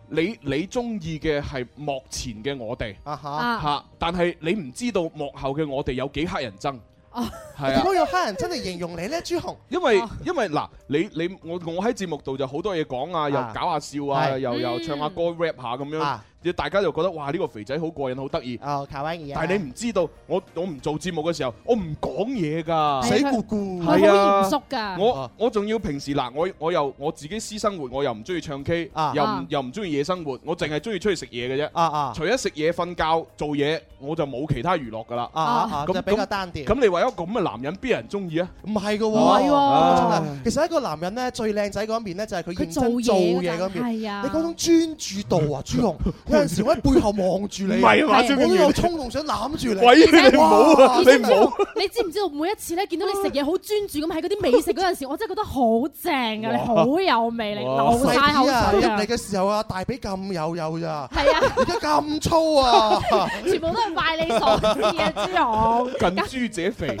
你你中意嘅係幕前嘅我哋。啊吓，哈！但係你唔知道幕後嘅我哋有幾黑人憎，哦係點 啊。解用黑人真係形容你咧，朱紅？因為因為嗱，你你我我喺節目度就好多嘢講啊，又啊搞下笑啊，係又又嗯唱下歌 rap 下咁樣啊，大家就覺得哇呢個肥仔好過癮，好得意。哦，卡威爾啊但係你唔知道，我我唔做節目嘅時候，我唔講嘢㗎，死咕咕係佢啊，好嚴肅㗎我我仲要平時嗱，我我又我自己私生活，我又唔中意唱 K，又唔啊又唔中意夜生活，我淨係中意出去食嘢嘅啫。啊啊除咗食嘢、瞓覺、做嘢，我就冇其他娛樂㗎啦。啊啊就比較單調咁你話一個咁嘅男人，邊有人中意啊？唔係嘅喎，唔係喎真係其實一個男人咧最靚仔嗰一面咧就係佢認真做嘢嗰一面，係啊你嗰種專注度啊，朱 紅，有陣時我喺背後望住你，唔係啊我嘛張敬都元有衝動想攬住你，喂 你唔好哇啊你唔好你知唔知道每一次咧見到你食嘢好專注咁喺嗰啲美食嗰陣時，我真係覺得好正啊！你哇好有魅力，哇流晒口細啲水啊入啊嚟！嘅時候啊，大髀咁幼幼咋，係啊，，而家咁粗啊全部都係拜你所賜啊，朱紅。近朱者肥。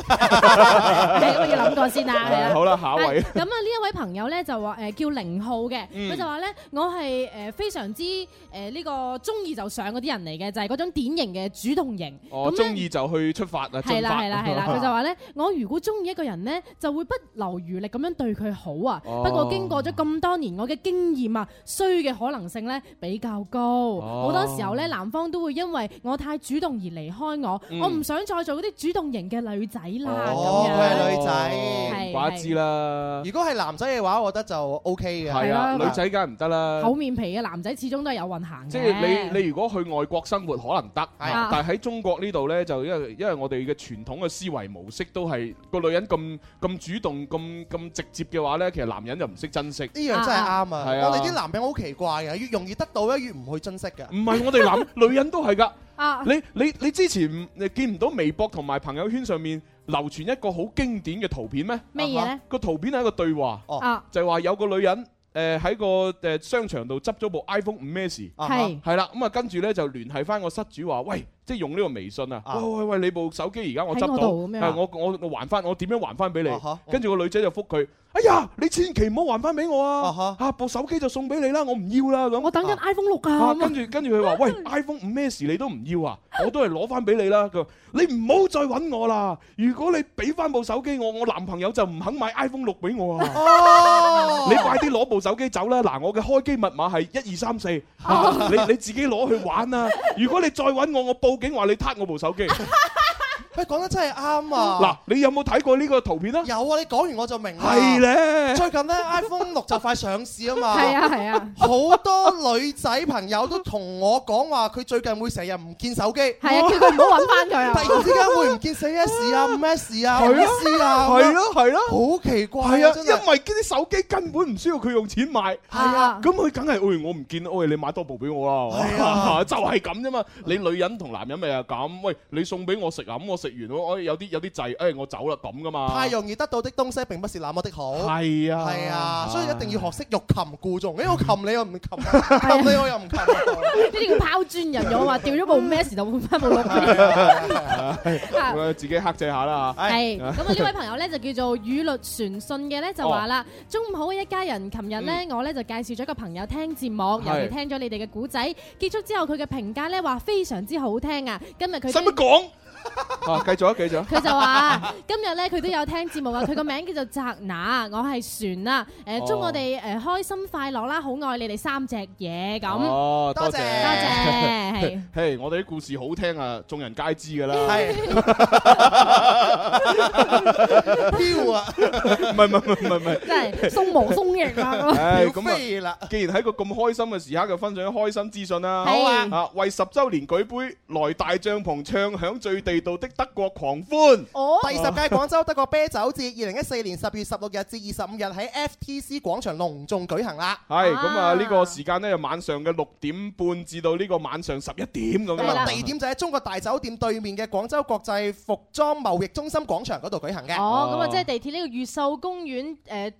你我要諗過先啊，係啊 好啦下一位咁啊，呢一位朋友咧就話誒叫零號嘅，嗯佢就話咧我係誒非常之誒呢個中意就上嗰啲人嚟嘅，就係嗰種典型嘅主動型。我咁呢中意就去出發啊，係進啦發係啦 係啦，佢就話咧，我如果中意一個人咧，就會不留餘力咁樣對佢好啊。哦不過經過咗咁多年，我嘅經驗啊，衰嘅可能性咧比較高。哦好多時候咧，男方都會因為我太主動而離開我，嗯我唔想再做嗰啲主動型嘅女仔啦。哦咁樣佢係女仔係唔怪之啦。如果係男仔嘅話，我覺得就 O K 嘅，係啊，女仔梗係唔得啦。厚面皮嘅男仔始終都係有運行嘅。即係你你如果去外國生活可能得，但係喺中國呢度呢，就因為因為我哋嘅傳統嘅思維模式都係個女人咁咁主動咁咁直接嘅話呢，其實男人就唔識珍惜。呢 呢樣真係啱啊！係啊，我哋啲男人好奇怪嘅，越容易得到咧，越唔去珍惜嘅。唔係我哋男女人都係㗎。啊你你你之前唔你見唔到微博同埋朋友圈上面流傳一個好經典嘅圖片咩？咩嘢呢個圖片係一個對話，哦就係話有個女人。誒喺個誒商場度執咗部 iPhone 五 S，係係啦，咁啊跟住咧就聯繫翻個室主話，喂，即係用呢個微信啊，喂喂喂，你部手機而家我執喺我到，度咁樣啊係我我我還翻，我點樣還翻俾啊你？跟住個女仔就覆佢，哎呀，你千祈唔好還翻俾我啊！啊，部手機就送俾你啦，我唔要啦咁。我等緊 iPhone 六啊！跟住跟住佢話：喂，iPhone 五咩事你都唔要啊？我都係攞翻俾你啦。佢話：你唔好再揾我啦！如果你俾翻部手機我，我男朋友就唔肯買 iPhone 六俾我 啊！哦你快啲攞部手機走啦！嗱，我嘅開機密碼係一二三四，哦 你你自己攞去玩啦。如果你再揾我，我報警話你撻我部手機。喂，講得真係啱嗱啊！，你有冇睇過呢個圖片啊？有啊，你講完我就明啦。係咧最近咧 iPhone 六就快上市啊嘛。係啊係啊。好多女仔朋友都同我講話，佢最近會成日唔見手機。係啊叫佢唔好揾返佢 啊突然之間會唔見四 S 啊、五 S 啊、五係啊 S 啊，係咯係咯好奇怪係啊！啊，真係因為啲手機根本唔需要佢用錢買，係啊，咁佢梗係，喂，我唔見，喂，你買多部俾我 啦，係啊， 就係咁啫嘛。你女人同男人咪係咁，喂，你送俾我食啊，咁我食完我，我有啲有啲滯，誒，我走啦，咁噶嘛。太容易得到的東西並不是那麼的好。係啊係啊，所以一定要學識欲擒故縱。哎誒，我擒你我唔擒，啊啊擒你我又唔擒。啊呢啲叫拋磚引玉啊嘛，掉咗部咩時就換翻部六。咁啊自己克制下啦嚇係，咁啊呢位朋友咧就叫做雨律傳信嘅咧哦就話啦，中午好啊嘅一家人，琴日嗯咧我咧就介紹咗個朋友聽節目，係尤其聽咗你哋嘅古仔，結束之後佢嘅評價咧話非常之好聽啊，今日佢使乜講？啊，繼續啊，繼續啊。佢就話： 今日咧佢都有聽節目啊，佢個名叫做澤那，我係船啦。誒，祝哦我哋誒開心快樂啦，好愛你哋三隻嘢咁。哦，多謝多謝係。嘿，我哋啲故事好聽啊，眾人皆知噶啦。飄啊！唔係唔係唔係唔係， 真係鬆毛鬆翼啊 唉，要咁啊飛啦！既然喺個咁開心嘅時刻，就分享開心資訊啦。好啊啊，為十週年舉杯，來大帳篷唱響最地道的德國狂歡。第十屆廣州德國啤酒節，二零一四年十月十六日至二十五日喺 FTC 廣場隆重舉行啦。係咁啊！呢個時間呢，就晚上嘅六點半至到呢個晚上十一點咁咁啊，樣。地點就喺中國大酒店對面嘅廣州國際服裝貿易中心廣場嗰度舉行嘅。哦，咁啊，即係地鐵呢個越秀公園誒。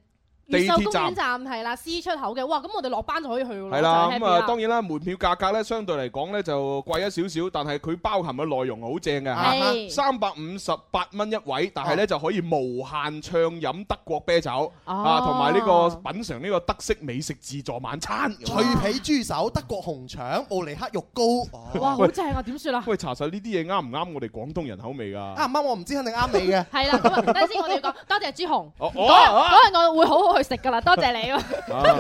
地越鐵秀站公園站係啦，C 出口嘅，哇！咁我哋落班就可以去㗎係啦，就係咁 happy 啦啊當然啦，門票價格呢，相對嚟講呢，就貴咗少少，但係佢包含嘅內容好正嘅，係哦三百五十八蚊一位，但係呢，就可以無限暢飲德國啤酒啊，哦同埋呢個品嚐呢個德式美食自助晚餐。脆皮豬手、德國紅腸、奧尼克肉哦糕，哇好正啊！點算啊？ 喂，查實呢啲嘢啱唔啱我哋廣東人口味㗎？啊啱唔啱？我唔知，肯定啱你嘅。 係啦，咁啊，等陣先，我哋要講多謝朱紅，哦嗰日嗰日我會好好去食㗎啦，多謝你喎。啊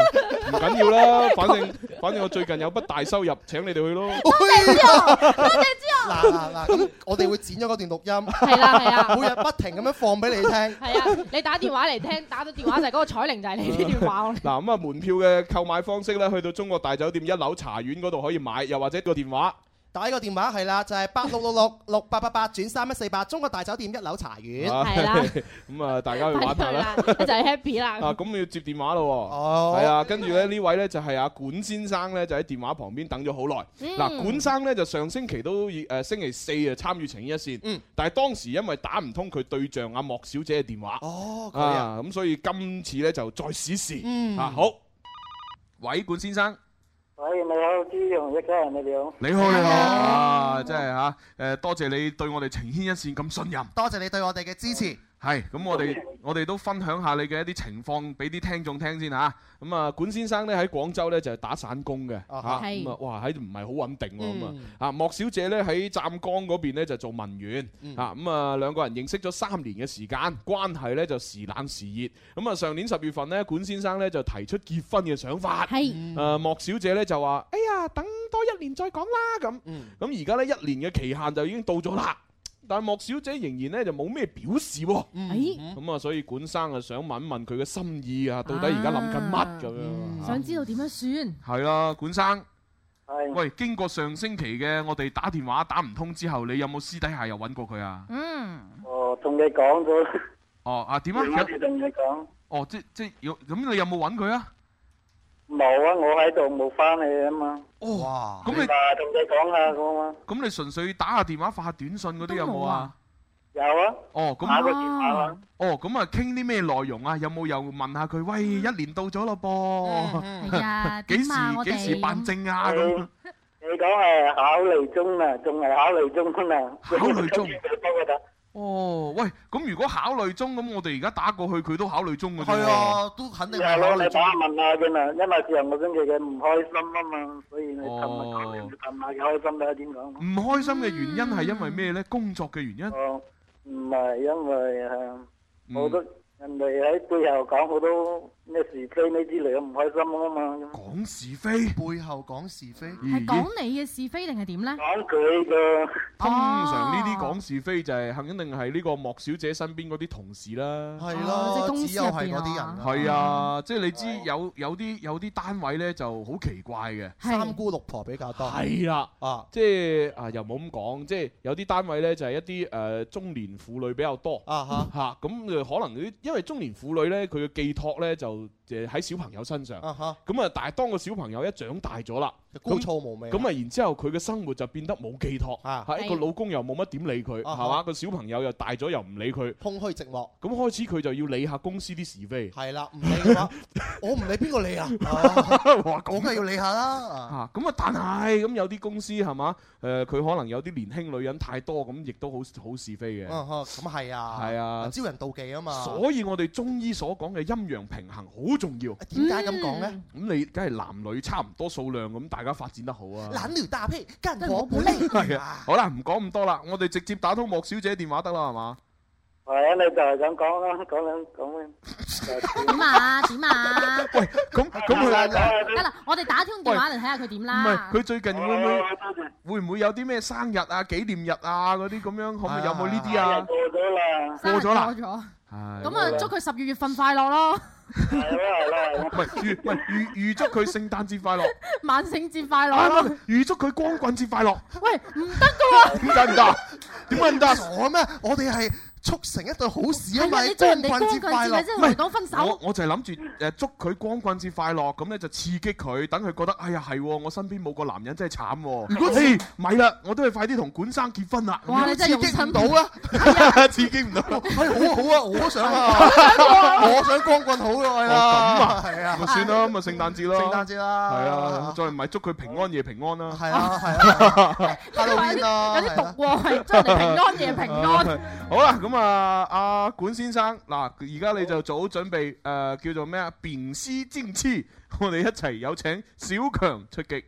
唔緊要啦，反正反正我最近有筆大收入，請你哋去咯。 嗱嗱嗱，咁我哋會剪咗嗰段錄音，係啦係啊每日不停咁樣放俾你聽。係啊，你打電話嚟聽，打到電話就係嗰個彩玲就係你呢段話我。嗱咁啊，門票嘅購買方式咧，去到中國大酒店一樓茶園嗰度可以買，又或者個電話。打呢個電話係啦，就係八六六六六八八八轉三一四八，中國大酒店一樓茶園。係啦，咁啊，大家去 玩下 啦。就係 happy 啦。啊，咁要接電話咯喎。哦係啊，跟住咧呢位咧就係阿管先生咧，就喺電話旁邊等咗好耐。嗯嗱，管生咧就上星期都已誒星期四啊參與情意一線，但係當時因為打唔通佢對象阿莫小姐嘅電話，哦佢啊啊，咁所以今次咧就再試嗯試。啊，好，喂，管先生。喂，你好，朱容一家人，你哋好。你好，你好，啊，真係吓，誒，多謝你對我哋情牽一線咁信任。多謝你對我哋嘅支持。係，咁我哋我哋都分享下你嘅一啲情況俾啲聽眾聽先吓。咁啊，管先生咧喺廣州咧就係打散工嘅，吓哈咁啊，哇，喺唔係好穩定喎咁啊嗯。啊，莫小姐咧喺湛江嗰邊咧就做文員，啊咁啊兩個人認識咗三年嘅時間，關係咧就時冷時熱。咁啊上年十月份咧，管先生咧就提出結婚嘅想法，係誒莫小姐咧就話。哎呀，等多一年再講啦咁。咁而家呢，一年嘅期限就已經到咗啦。但莫小姐仍然呢就冇咩表示喎，嗯哎咁啊，所以管生啊想問一問佢嘅心意啊，到底而家諗緊乜咁樣啊？想知道點樣算？係啦，管生，喂，經過上星期嘅我哋打電話打唔通之後，你有冇私底下又揾過佢啊？嗯，哦，同你講咗，哦啊，點啊？我有哋同你講，哦，即即有咁你有冇揾佢啊？冇啊，我喺度冇翻嚟啊嘛。嗯哇！咁咁你你話同你講下咁啊？咁你純粹打下電話、發下短信嗰啲有冇啊？有啊，哦，咁打個電話啦。哦，咁啊，傾啲咩內容啊？有冇又問下佢？喂，一年到咗咯噃，係啊幾點啊我時哋幾時辦證啊？咁你講係考慮中啊，仲係考慮中啊。考慮中得得。哦，喂，咁如果考慮中，咁我哋而家打過去，佢都考慮中嘅啫喎。係啊都肯定係咯，你打問下啫嘛，因為上個星期佢唔開心啊嘛，所以你氹下佢，你氹下佢開心睇下點講。唔開心嘅原因係因為咩呢？工作嘅原因。哦，唔係因為誒嗯好多人哋喺背後講好多咩是非呢之類，唔開心啊嘛。講是非，背後講是非，係講你嘅是非定係點呢？講佢嘅。通常呢啲講是非就係肯定係呢個莫小姐身邊嗰啲同事啦。係哦即係咯，公司只有係嗰啲人。係啊，即係你知有有啲有啲單位呢就好奇怪嘅。三姑六婆比較多。係啦，啊，即係啊，又冇咁講，即係有啲單位咧就係一啲誒中年婦女比較多啊哈嚇，咁就可能啲因為中年婦女咧佢嘅寄託咧就誒喺小朋友身上，啊哈咁啊但係當個小朋友一長大咗啦，高燥無味啊咁啊然之後佢嘅生活就變得冇寄託，係係個老公又冇乜點理佢，啊係哈嘛個小朋友又大咗又唔理佢，空虛寂寞。咁開始佢就要理下公司啲 是非，係啦，唔理嘅話，我唔理邊個 理啊？哇我梗係要理下啦。啊，咁啊，但係咁有啲公司係嘛，誒、佢可能有啲年輕女人太多，咁亦都好好是非嘅。嗯哼咁係啊，係啊招人妒忌啊嘛。所以我哋中醫所講嘅陰陽平衡好重要。點解咁講呢？咁你梗係男女差唔多數量，咁大家發展得好啊。懶聊大屁，跟我本嚟。係啊，好啦，唔講咁多啦，我哋直接打通莫小姐電話得啦，係嘛？係啊，你就係咁講啦，講兩講啦。點啊？點啊？咁咁 Ờ, 佢得啦，我哋打通電話嚟睇下佢點唔係啦。佢最近會唔 ờ, 會會唔會有啲咩生日啊、紀念日啊嗰啲咁樣，可唔可以有冇呢啲啊？過咗啦，過咗啦生日過咗係咁啊，祝佢十二月份快樂咯，唔係預唔係預預祝佢聖誕節快樂，萬聖節快啊唔樂。係預祝佢光棍節快樂。喂，唔啊得噶喎！點解唔得？啊點解唔得？我咩？我哋係促成一對好事啊嘛！係啊你祝人哋光棍節快光棍樂節咪即係同人講分手我我就係諗住誒祝佢光棍節快樂，咁咧就刺激佢，等佢覺得哎呀係喎，我身邊冇個男人真係慘喎。如果誒咪啦，我都係快啲同管生結婚啦。 哇你真係用心啊！刺激唔到。哎，好啊好啊，我都想啊，我想光棍好耐哦啦。咁啊，係啊，咪算啦，咪聖誕節啦，聖誕節啦係啊，再唔係祝佢平安夜平安啦，係啊係啊 Halloween 啦有啲毒喎，係祝人哋平安夜平哦安。 好啦，咁啊，阿管先生，嗱，而家你就做好準備，誒，叫做咩啊？辨師尖痴， 我哋一齊有請小強出擊。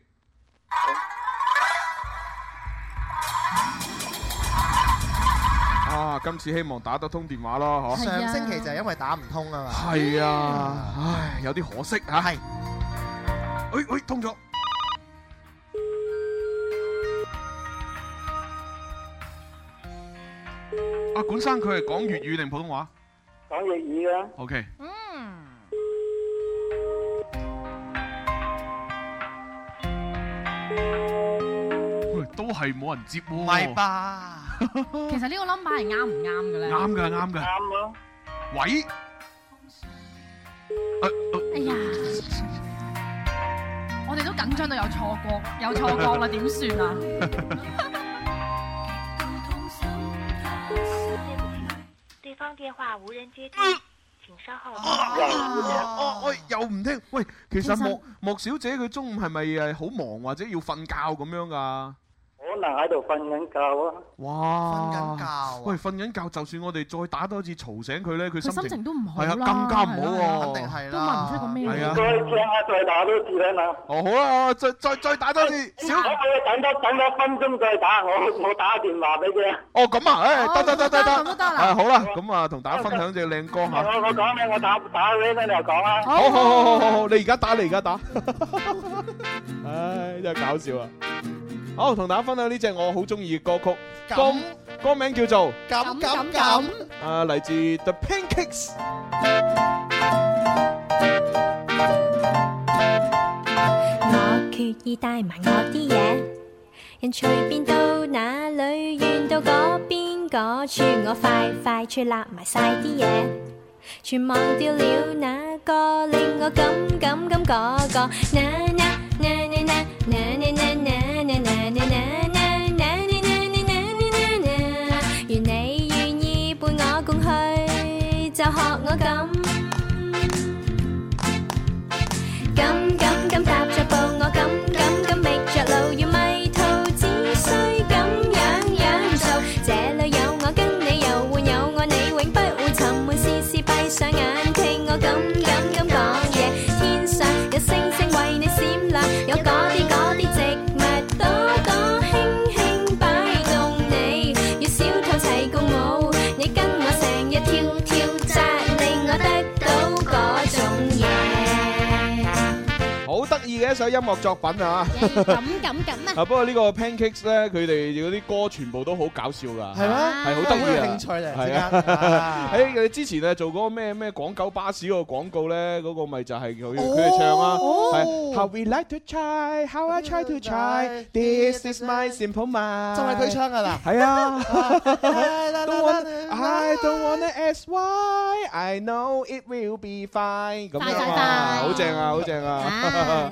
啊，啊，今次希望打得通電話咯，嗬。上星期就係因為打唔通啊嘛。係啊，Ừ. 唉，有啲可惜嚇。係。喂喂，通咗。阿管生佢係講粵語定普通話講粵語啊， ？OK。喂，都係冇人接喎。唔係吧？其實呢個 number 係啱唔啱嘅咧？啱㗎啱㗎啱咯。喂。哎呀，我哋都緊張到有錯過，有錯覺啦，點算啊？对方电话无人接听，请稍后。哦，喂，又唔聽。喂，其實先生莫莫小姐佢中午係咪誒好忙或者要瞓覺咁樣㗎？可能喺度瞓緊覺啊。哇！瞓緊覺啊喂，瞓緊覺，就算我哋再打多次嘈醒佢咧，佢佢心心情都唔好係啊，啦更加唔係啦係啦好喎。肯定係啦，都問唔出個咩係應啊。該聽下再打多次啦嘛。哦，好啦，再再再打多次。小，我我等多等多分鐘再打，我我打電話俾佢。哦，咁啊，誒，得得得得咁都得，得啦啊，好啦，咁啊，同大家分享只靚歌我嚇。我講咩？我打打俾你又講啦。好好好好好好，你而家打，你而家打。唉，真係搞笑啊！好，同大家分享呢只我好中意嘅歌曲，歌歌名叫做。咁咁咁。啊，嚟自 The Pancakes。我決意帶埋我啲嘢，人隨便到哪裏，遠到嗰邊嗰處，我快快脆立埋晒啲嘢，全忘掉了那個令我咁咁咁嗰個。那那那那那那那那那那那那那那那那那那那那，如你願意伴我共去，就學我咁。咁咁咁踏着步，我咁咁咁覓着路，要迷途只需咁樣樣做。這裏有我跟你遊玩，有我你永不會沉悶，事事閉上眼聽我咁咁咁講嘢。天上有星星為你閃亮，有嗰啲嗰啲植物朵朵輕輕擺動你，與小兔齊共舞，你跟我成日跳跳紮，令我得到嗰種嘢。好得意嘅一首音樂作品啊！咁咁咁啊！啊，不過呢個 Pancakes 咧，佢哋嗰啲歌全部都好搞笑㗎，係咩係好得意好有啊！興趣嚟係陣間啊！ 誒，你之前咧做嗰個咩咩廣九巴士嗰個廣告咧，嗰個咪就係佢佢哋唱啊，係 How we like to try, how I try to try, this is my simple mind。就係佢唱㗎啦係啊。Don't want- I don't wanna ask why, I know it will be fine。咁 À, 樣啊，好正啊，好正 啊。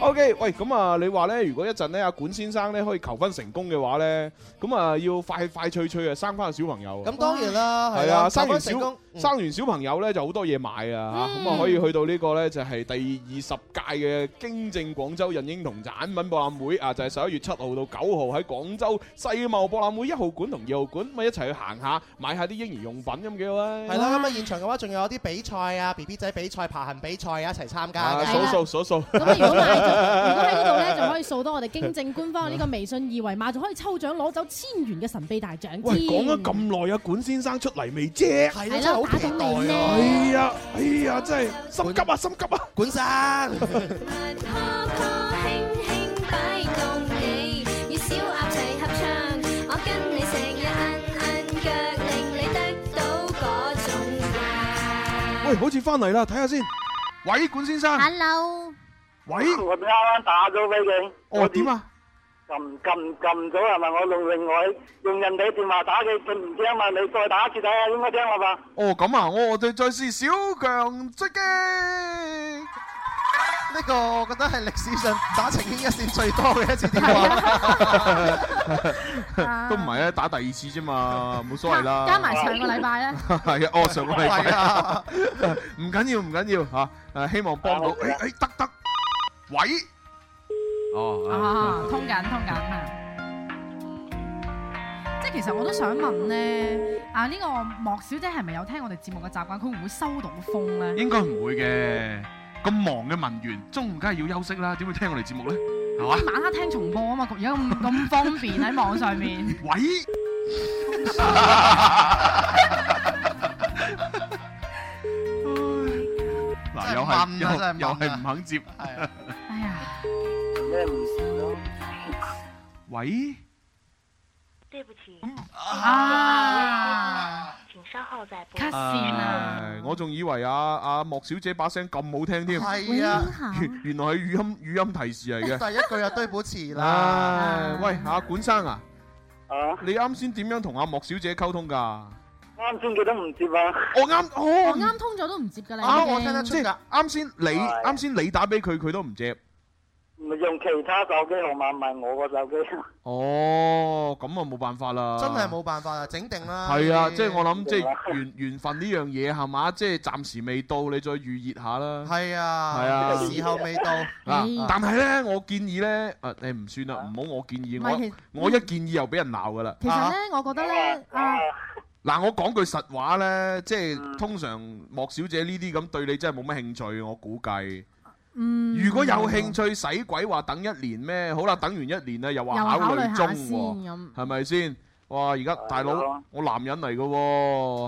OK，喂，咁啊，你話咧，如果一陣咧，阿管先生咧可以求婚成功嘅話咧，咁啊要快快脆脆啊生翻個小朋友啊。咁當然啦，係啊，求生完婚小成功。生完小朋友咧就好多嘢買啊嚇，咁啊可以去到呢個咧就係第二十屆嘅京正廣州孕嬰童產品博覽會啊，就係十一月七號到九號喺廣州世貿博覽會一號館同二號館，咪一齊去行下買下啲嬰兒用品咁幾好啊！係啦，咁啊現場嘅話，仲有啲比賽啊，B B 仔比賽、爬行比賽啊，一齊參加啊，嘅。數數 數數。咁啊如果買咗如果喺嗰度咧，就可以掃到我哋經正官方呢個微信二維碼，仲可以抽獎攞走千元嘅神秘大獎喂，講添咗咁耐啊，管先生出嚟未啫？係啦係啦真係好打期到未待啊哎呀，哎呀，真係心急啊，心急啊！管生。擺動你，與小鴨齊合唱，我跟你成日摁摁腳，令你得到嗰種愛。喂，好似翻嚟啦，睇下先。喂，管先生。 Hello。喂，我啱啱打咗俾佢。哦，點啊？撳撳撳咗係咪？我用另外用人哋電話打嘅，佢唔聽嘛？你再打一次睇下應該聽啦嘛？哦，咁啊，我哋再試小強出擊。呢個我覺得係歷史上打情牽一線最多嘅一次電話。都唔係啊，打第二次啫嘛，冇所謂 Dạ, 啦。 加埋上個禮拜咧，係啊，哦，上個禮拜 啊，唔緊要，唔緊要嚇，誒，希望幫到。誒誒，得得，喂，哦，À. 啊，通緊通緊啊！即係其實我都想問咧，啊呢個莫小姐係咪有聽我哋節目嘅習慣？佢會唔會收到風咧？應該唔會嘅。咁忙嘅文員，中午梗係要休息啦，點會聽我哋節目咧？係嘛？ 晚黑聽重播啊嘛，而家咁咁方便喺網上面。喂，嗱，又真係問啊係真係又又問係啊唔肯接。咩唔事咯？喂，对不起，啊，À. 请稍后再拨。唉我仲以為阿阿莫小姐把聲咁好聽添， 係啊原原來係語音語音提示嚟嘅。第一句就堆寶詞唉啦，，喂，阿管生啊，你啱先點樣同阿莫小姐溝通㗎？啱先佢都唔接啊！我啱，哦我啱通咗都唔接㗎啦。啱已經我聽得出即係啱先你係啱先你打俾佢，佢都唔接。唔係用其他手機號碼，唔係我個手機。哦，咁啊冇辦法啦。真係冇辦法啊，整定啦。係啊，呢啲即係我諗，即係緣緣分呢樣嘢係嘛，即係暫時未到，你再預熱下啦。係啊，係啊時候未到。嗱，但係咧，我建議咧，誒誒唔算啦，唔好我建議，唔係我我一建議又俾人鬧噶啦。其實咧，我覺得咧，À, 啊，嗱，我講句實話咧，即係通常莫小姐呢啲咁對你真係冇乜興趣，我估計。嗯，如果有興趣，使鬼話等一年咩？好啦，等完一年啦，又話又考考慮慮下中先喎咁，係咪先？哇！而家大佬，我男人嚟嘅或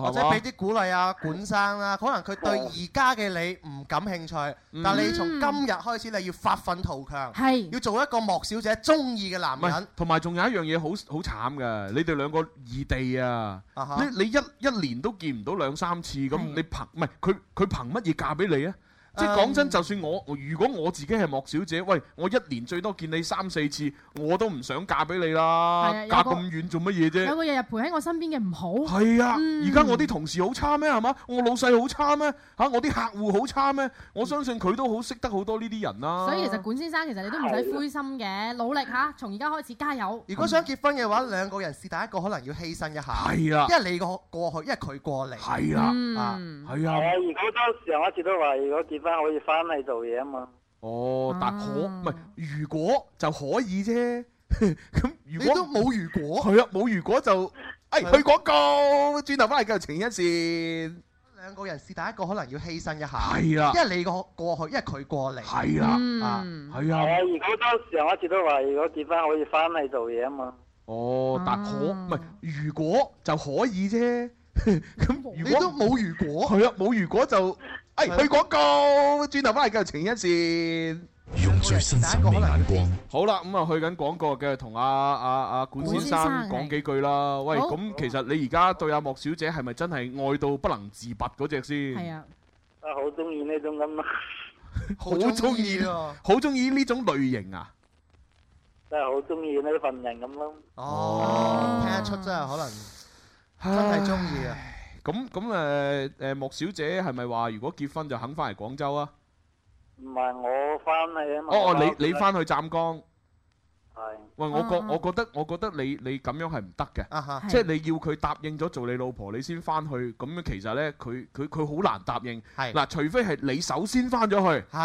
喎，者係嘛俾？啲鼓勵啊，管生啦，可能佢對而家嘅你唔感興趣，嗯但你從今日開始，你要發奮圖強，係要做一個莫小姐中意嘅男唔係人。，同埋仲有一樣嘢好好慘嘅，你哋兩個異地啊！哈你你一一年都見唔到兩三次，咁嗯你憑唔係佢佢憑乜嘢嫁俾你啊？即係講嗯真，就算我如果我自己係莫小姐，喂，我一年最多見你三四次，我都唔想嫁俾你啦係啊，有嫁個咁遠做乜嘢啫？有個日日陪喺我身邊嘅唔好。係啊，嗯而家我啲同事好差咩？係嘛，我老細好差咩？嚇，我啲客戶好差咩？我相信佢都好識得好多呢啲人哦啦。所以其實管先生其實你都唔使灰心嘅，努力吓，從而家開始加油。如果想結婚嘅話，兩個人是但一個可能要犧牲一下，係啦因為你過過去，因為佢過嚟，係啦嗯啊係啊係。啊，如果當時我一直都話，如果結婚可以翻嚟做嘢啊嘛。哦，啊但可唔係？如果就可以啫。 咁如你果都冇如果，係啊，冇如果就哎去廣告，轉頭翻嚟繼續情一線。兩個人是但一個可能要犧牲一下，係啦因為你過過去，因為佢過嚟，係啦嗯啊係係啊，啊。如果當時我一直都話，如果結婚可以翻嚟做嘢啊嘛。哦，但可唔係？如果就可以 啫。咁你如都果冇如果。 係啊，冇如果就哎去廣告，轉頭翻嚟繼續情一線。用最新審美眼光，好啦，咁啊去緊廣告嘅，同阿阿阿管先生管先生講幾句啦。喂，好咁其實你而家對阿莫小姐係咪真係愛到不能自拔嗰只先？啊，啊好中意呢種咁，好中意，啊好中意呢種類 型啊！真係好中意呢份人咁咯。啊哦，聽得出真係可能真係中意啊！咁咁誒誒，莫小姐係咪話如果結婚就肯翻嚟廣州啊？唔係我翻去啊嘛。哦哦，你你翻去湛江。係。喂，嗯我覺啊我覺得我覺得你你咁樣係唔得啊哈嘅，即係你要佢答應咗做你老婆，你先翻去，咁其實呢，佢佢佢好難答應。係嗱，除非係你首先翻咗去，嗯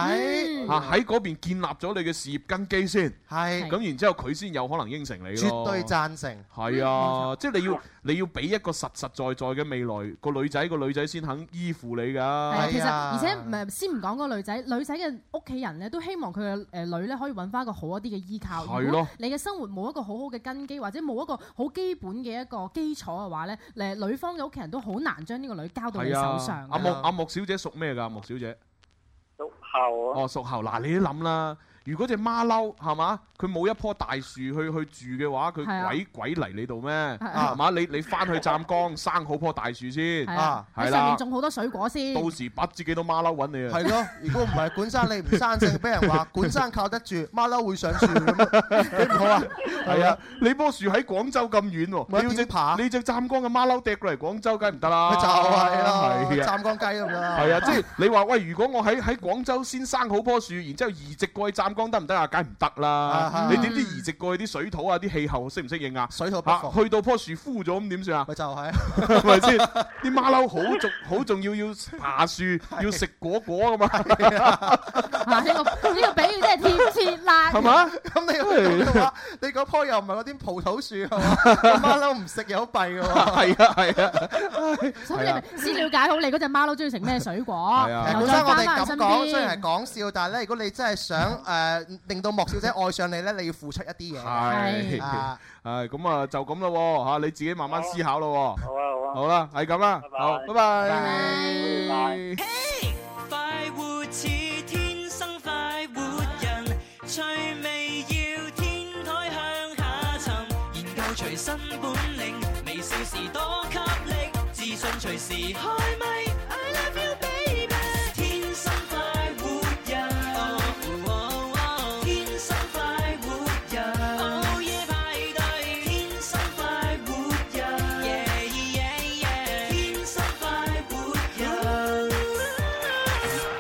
係啊喺嗰邊建立咗你嘅事業根基先，係咁然之後佢先有可能應承你咯。絕對贊成。係嗯啊，即係你要你要俾一個實實在在嘅未來個女仔，個女仔先肯依附你係哎啊㗎。其實而且唔係先唔講個女仔，女仔嘅屋企人咧都希望佢嘅誒女咧可以揾翻一個好一啲嘅依靠。係咯如果你嘅生活冇一個好好嘅根基，或者冇一個好基本嘅一個基礎嘅話咧，誒女方嘅屋企人都好難將呢個女交到你係手啊上，㗎。阿莫阿莫小姐屬咩㗎？莫小姐。屬猴啊。哦，屬猴嗱，你都諗啦。如果只馬騮係嘛，佢冇一棵大樹去去住嘅話，係佢啊鬼鬼嚟你度咩？啊係嘛？你你翻去湛江生好棵大樹先，係啊，喺係上啦面。種好多水果先。到時不知幾多馬騮揾你啊！係咯，如果唔係管生你唔生性，俾人話管生靠得住，馬騮會上樹 咁，你唔好啊！係啊，你棵樹喺廣州咁遠喎，你要只爬，你只湛江嘅馬騮掟過嚟廣州，梗係唔得啦。咪就係咯，係啊。湛江雞咁樣啦。係啊，即係你話喂，如果我喺喺廣州先生好棵樹，然之後移植過去湛江得唔得啊？梗係唔得啦！啊你點知移植過去啲水土啊、啲氣候適唔適應啊？水土不嚇服，去到棵樹枯咗咁點算啊？咪就係 係咪先？啲馬騮好 重好重要，要爬樹，要食果果噶嘛？啊呢個呢個比喻真係貼切 啦。係嘛咁你咁嘅話，你嗰棵又唔係嗰啲葡萄樹係 嘛？個馬騮唔食有弊嘅喎。係啊係啊，所以你咪先了解好你嗰只馬騮中意食咩水果，誒然啊後本再身我翻哋翻咁身講雖然係邊。講笑，但係咧，如果你真係想誒呃誒令到莫小姐愛上你咧，你要付出一啲嘢。係啊，係咁啊，就咁咯吓，你自己慢慢思考咯。好啊，好啊，好啦，係咁啦，好，拜拜。快活似天生快活人，趣味要天台向下沉，研究隨身本領，微笑時多給力，自信隨時開咪。I love you baby，天生快活人，哦哦天生快活人，午夜派對，天生快活人，yeah yeah yeah，天生快活人。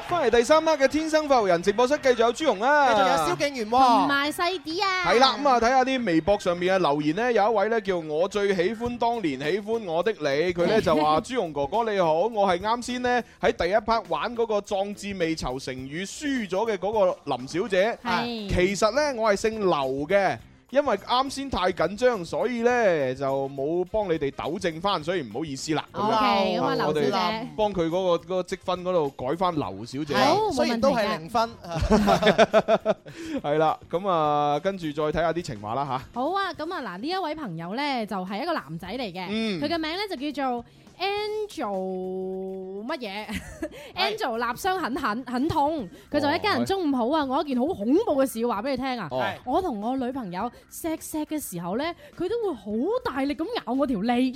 翻嚟第三 part 嘅天生發育人直播室，繼續有朱紅 啊，繼續有蕭敬元同喎。埋細啲啊，系啦，咁啊睇下啲微博上面嘅啊留言呢，有一位呢叫我最喜歡當年喜歡我的你，佢呢就話朱紅哥哥你好，我係啱先呢喺第一 part 玩嗰個壯志未酬成語輸咗嘅嗰個林小姐，係啊其實呢，我係姓劉嘅。因為啱先太緊張，所以呢就冇幫你哋糾正翻，所以唔好意思啦。咁樣哦 OK，咁啊啊劉我哋小姐幫佢嗰個嗰個積分嗰度改翻劉小姐。雖然都係零 分，啊系啦，咁啊，跟住再睇下啲情話啦吓。好啊，咁啊嗱，呢一位朋友咧就係一個男仔嚟嘅，嗯佢嘅名咧就叫做 Angel 乜嘢？Angel 立傷很狠很痛，佢就一家人中午好啊！我有一件好恐怖嘅事要話俾你聽啊哦！我同我女朋友錫錫嘅時候咧，佢都會好大力咁咬我條脷，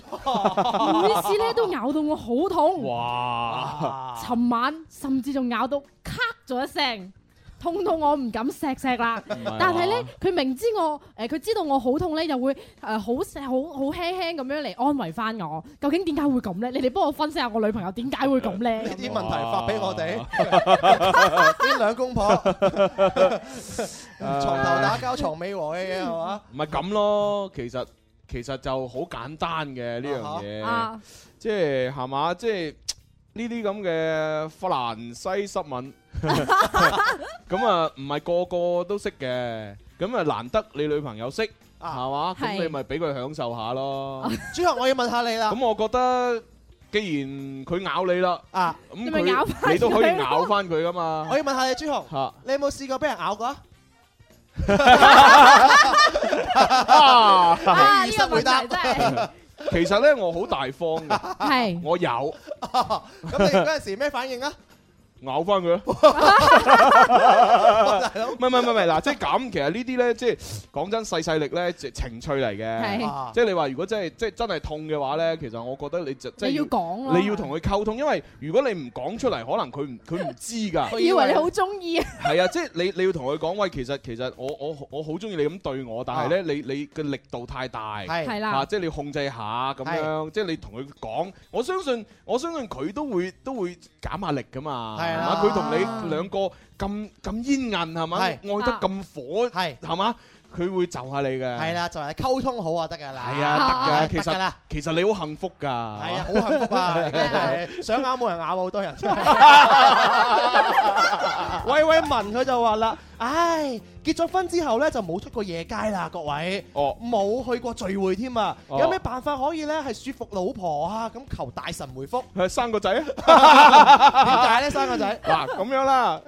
每次咧都咬到我好痛。哇！尋晚甚至仲咬到咔咗一聲。痛到我唔敢錫錫啦係嘛，但係咧佢明知我呃誒佢、知道我好痛咧，又會誒、呃好錫好好輕輕咁樣嚟安慰翻我。究竟點解會咁咧？你哋幫我分析下我女朋友點解會咁咧？呢啲問題發俾我哋， 呢兩公婆床哦床頭打交床尾和嘅嘢係嘛？唔係咁咯，其實其實就好簡單嘅呢樣 嘢啊，即係係嘛，即係呢啲咁嘅法蘭西濕 文，咁啊唔係個個都識嘅，咁啊難得你女朋友識，係嘛，咁係啊你咪俾佢享受下咯。朱學，我要問下你啦。咁我覺得，既然佢咬你啦，啊，咁你咪咬佢返你都可以佢咯咬翻佢噶嘛。我要問下你朱紅，嚇你有冇試過俾人咬過啊？À, 啊如實回答。其實咧，我好大方嘅，係我有 咁你嗰陣時咩反應啊？咬翻 佢咯。唔係唔係唔係嗱，即係咁，其實呢啲咧，即係講真細細力咧，即係情趣嚟嘅啊係。即係你話如果真係即係真係痛嘅話咧，其實我覺得你就即係你要講啊咯你要同佢溝通，因為如果你唔講出嚟，可能佢唔 佢唔知㗎。以為你好中意啊！係啊，即係你你要同佢講，喂，其實其實我我我好中意你咁對我，但係啊咧你你嘅力度太大，係係啦啊即係你要控制下咁樣，即係你同佢講，我相信我相信佢都會都會減下力噶嘛，係係啦嘛？佢同你兩個咁咁煙韌係啊嘛？係愛得咁火係係嘛？佢會就下你嘅，係啦，就係溝通好啊，得㗎啦。係啊，得嘅，其得㗎實啦。其實你好幸福㗎，係啊好幸福 啊！真係想咬冇人咬，好多人。喂喂，文佢就話啦，唉，結咗婚之後咧就冇出過夜街啦，各位，哦，冇去過聚會添啊，哦有咩辦法可以咧係説服老婆啊？咁求大神回 覆，係生個仔啊？點解咧生個仔？嗱咁樣啦，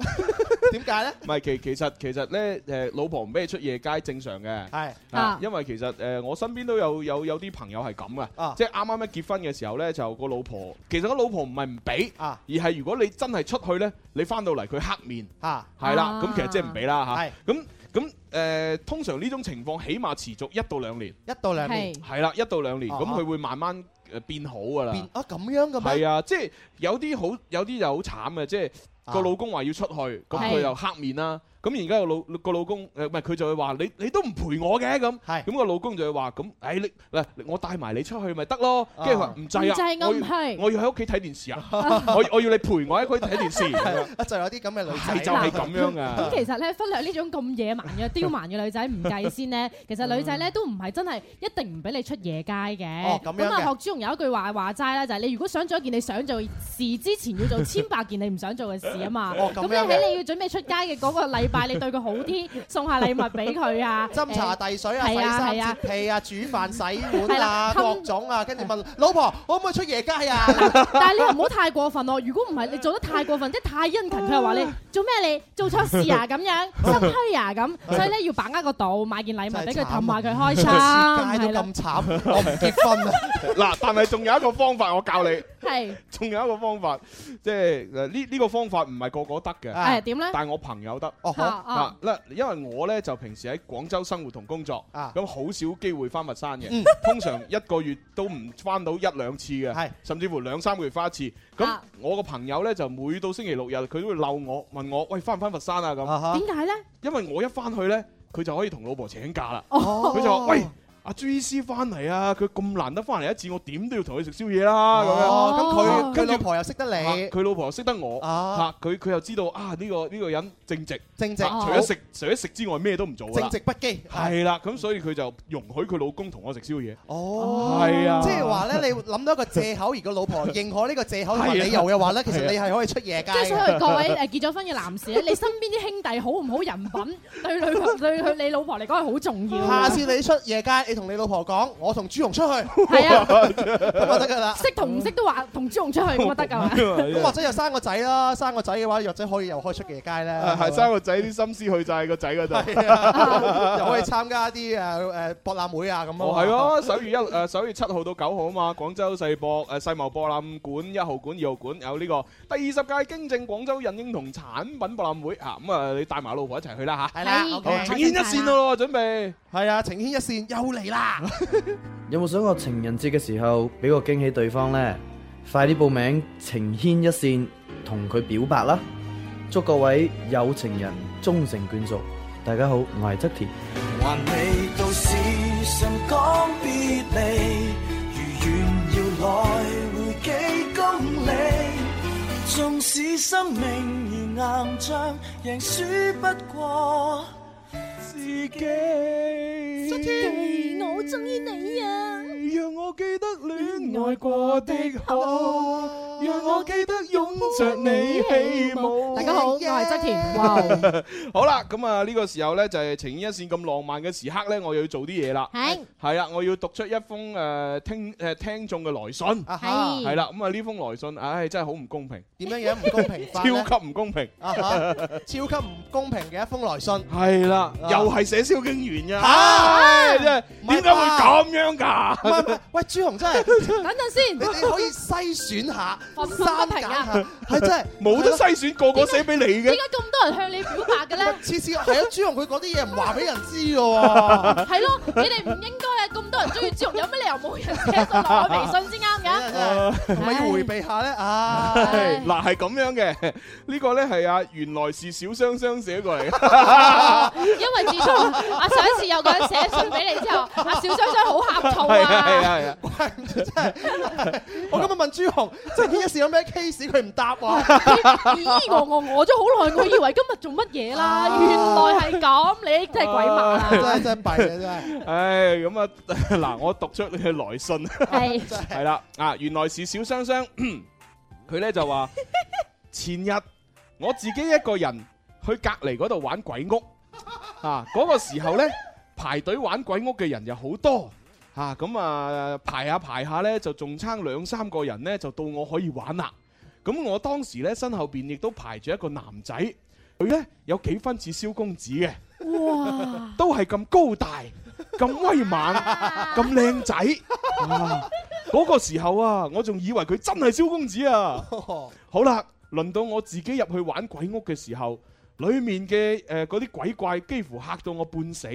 點解咧？唔係其其實其實咧誒老婆唔俾你出夜街正常嘅，係啊啊，因為其實誒我身邊都有有有啲朋友係咁啊嘅，即係啱啱一結婚嘅時候咧就個老婆，其實個老婆唔係唔俾，啊而係如果你真係出去咧，你翻到嚟佢黑面，啊係啦，啊咁其實即係唔俾啦係嚇，咁咁誒通常呢種情況起碼持續一到兩年，一到兩年係係啦，一到兩年，咁啊佢會慢慢誒變好㗎啦。啊咁樣嘅咩？係啊，即係有啲好，有啲就好慘嘅，即係個老公話要出去，咁佢係又黑面啦。咁而家個老個老公呃誒，唔係佢就會話你你都唔陪我嘅咁，咁個老公就會話咁，誒你嗱我帶埋你出去咪得咯，跟住佢話唔制唔制啊，我我唔要去我要喺屋企睇電視啊， 我我要你陪我喺屋企睇電視咁樣，啊就有啲咁嘅女啊係就係咁樣啊。咁其實咧，忽略呢種咁野蠻嘅刁蠻嘅女仔唔計先 咧，其實女仔咧都唔係真係一定唔俾你出夜街嘅。哦咁樣嘅啊，學朱紅有一句話話齋啦，就係你如果想做一件你想做嘅事之前，要做千百件你唔想做嘅事啊嘛。哦咁咁你樣嘅喺你要準備出街嘅嗰個禮拜你對佢好啲，送下禮物俾佢啊， 斟茶遞水啊，洗係啊衫係啊摺被啊，煮飯洗係碗啦 啊，襟各種啊，跟住問老婆可唔可以出夜街 啊？但係你又唔好太過分咯，如果唔係你做得太過分，即係太殷勤，佢又話你做咩你做錯事啊咁 樣，心虛啊咁，所以咧要把握個度，買件禮物俾佢氹下佢開心，慘，我唔結婚啊！係啦，嗱，但係仲有一個方法我教你。 係仲有一個方法，即係誒呢呢個方法唔係個個得嘅。啊係點咧但係我朋友得。哦好啊嗱嗱，因為我咧就平時喺廣州生活同工作，咁好少機會翻佛山嘅嗯。通常一個月都唔翻到一兩次嘅係，甚至乎兩三個月翻一次。咁啊我個朋友咧就每到星期六日，佢都會鬧我，問我喂翻唔翻佛山啊咁。點解咧？因為我一翻去咧，佢就可以同老婆請假啦。哦佢就話喂。阿朱醫師翻嚟啊！佢咁難得翻嚟一次，我點都要同佢食宵夜啊啦咁哦樣。咁佢佢跟住老婆又識得啊你，佢老婆又識得我，嚇啊佢佢又知道啊呢個呢個人正直，正直啊好除咗食除咗食之外咩都唔做㗎正啦直不羈。啊係啦，咁所以佢就容許佢老公同我食宵夜。Ờ. 哦係啊，即係 話咧，你諗到一個藉口，而個老婆認可呢個藉口同埋係啊理由嘅話咧，其係實啊你係可以出夜街即嘅。係所以各位誒結咗婚嘅男士咧，你身邊啲兄弟好唔好人品，對女朋對佢你老婆嚟講係好重要。下次你出夜街，你同你老婆講，我同朱紅出去，係啊，咁就得㗎啊啦。識同唔識都話同朱紅出去咁就得㗎 啦。咁啊或者又生個仔啦，生個仔嘅話，或者可以又可以出夜街咧。啊係生個仔啲心思去晒個仔嗰度。啊又可以參加啲誒誒博覽會啊咁哦，係咯，首月一誒首月七號到九號啊嘛，廣州世博誒世貿博覽館一號館、二號館有呢個第二十屆經正廣州孕嬰童產品博覽會啊，咁啊你帶埋老婆一齊去啦嚇。係啦好 OK 呈牽一線咯，準備。係啊，情牽一線又嚟啦！有冇想過情人節嘅時候俾個驚喜對方呢？快啲報名情牽一線，同佢表白啦！祝各位有情人終成眷屬。大家好，我係側田。還未到時常講別離，如願要來回幾公里。縱使生命如硬仗，贏輸不過自己。我中意你啊！讓我記得戀愛過的好，讓我記得擁着你起舞。大家好，我係側田。哇！好啦，咁啊呢個時候呢，就係情牽一線咁浪漫嘅時刻呢，我又要做啲嘢啦。係係啊，我要讀出一封誒聽誒聽眾嘅來信。哈係啦，咁啊呢封來信，唉真係好唔公平，點樣樣唔公平法咧？超級唔公平。啊哈！超級唔公平嘅一封 來信。係啦，又係寫燒經員㗎。嚇唉真係點解會咁唔係樣唔㗎？係，喂朱紅真係，等陣先你你可以篩選下，憤憤刪不減平啊下，係真係冇得篩選，個個寫俾你點嘅解。咁多人向你表白嘅咧？次次係啊！朱紅佢嗰啲嘢唔話俾人知嘅喎，係咯，你哋唔應該啊！咁多人中意朱紅，有乜理由 冇人寫信落我微信先啱㗎？哦係咪要迴避下咧啊？Ờ. 係嗱，係咁樣嘅，呢個呢係啊，原來是小雙雙寫過嚟嘅。因為自從啊上一次有個人寫信俾你之後，阿小雙雙好呷醋係啊係啊！啊係啊！我今日問朱紅，即係呢一事有咩 case 佢唔答我， 咦咦我我我咗好耐，我以為今日做乜嘢啦？原來係咁，你真係鬼馬啊！真係真係弊啊！真係唉，咁啊， 嗱，我讀出你嘅來信，係係啦，啊，原來是小雙 雙，佢呢就話前日我自己一個人去隔離嗰度玩鬼屋，啊，嗰、個時候呢，排隊玩鬼屋嘅人又好多。啊，咁啊排下排下呢，就仲差兩三個人呢，就到我可以玩啦。咁我當時呢，身後邊亦都排住一個男仔，佢呢，有幾分似蕭公子嘅。哇！都係咁高大、咁威猛、咁靚仔。啊嗰、個時候啊，我仲以為佢真係蕭公子啊。好啦，輪到我自己入去玩鬼屋嘅時候，裡面嘅誒嗰啲鬼怪幾乎嚇到我半死，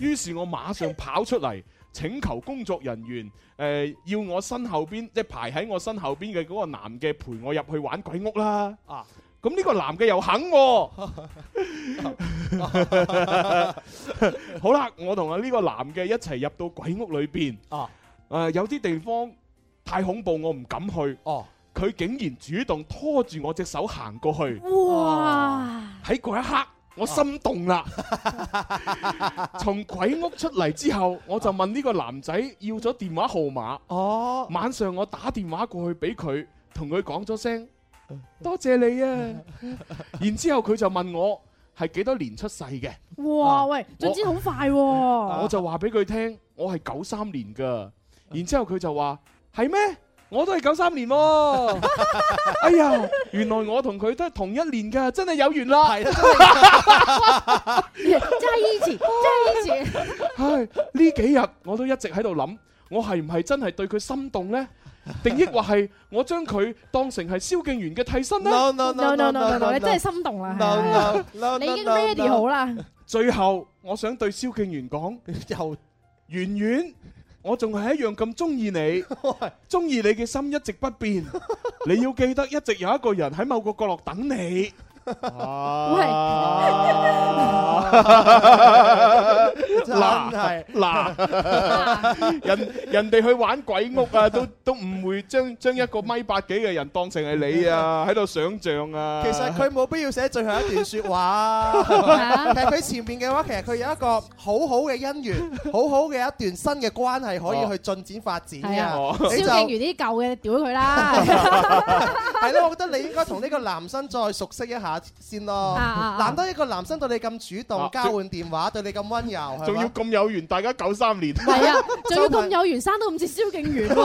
於是我馬上跑出嚟。 請求工作人員誒、呃要我身後邊，即係排喺我身後邊嘅嗰個男嘅陪我入去玩鬼屋啦。啊，咁呢個男嘅又肯喎、好啦，我同啊呢個男嘅一齊入到鬼屋裏邊。啊，誒有啲地方太恐怖，我唔敢去。哦，佢竟然主動拖住我隻手行過去。哇！喺嗰一刻，我心動啦。從鬼屋出嚟之後，我就問呢個男仔要咗電話號碼。哦，晚上我打電話過去俾佢，同佢講咗聲多謝你啊。然之後佢就問我係幾多年出世嘅。哇啊喂，總之我好快喎！我就話俾佢聽，我係九三年噶，然之後佢就話係咩？我都係九三年喎， 哎呀，原來我同佢都係同一年噶，真係有緣啦！係在一起，在一起。唉，呢幾日我都一直喺度諗，我係唔係真係對佢心動呢？定抑或係我將佢當成係蕭敬元嘅替身呢 No, no, no, no, no, no，你真係心動啦，係啊 No, no, no, 你已經 no, no, ready 好啦。最後，我想對蕭敬元講，又圓圓，我仲係一樣咁中 意你，中意你嘅心一直不變。你要記得，一直有一個人喺某個角落等你。啊嗱真係 嗱，人人哋去玩鬼屋啊，都都唔會將將一個米八幾嘅人當成係你 啊，喺度想像啊。其實佢冇必要寫最後一段説 話，啊但係佢前面嘅話，其實佢有一個好好嘅姻緣， 好好嘅一段新嘅關係可以去進展發展係啊嘅。，蕭你敬就元啲舊嘅屌佢啦。係咯，我覺得你應該同呢個男生再熟悉一下先咯啊啊啊。難得一個男生對你咁主啊動，交換電話，對你咁温柔，仲要咁有緣，大家九三 年。係啊，仲要咁有緣，生都唔似蕭敬元喎。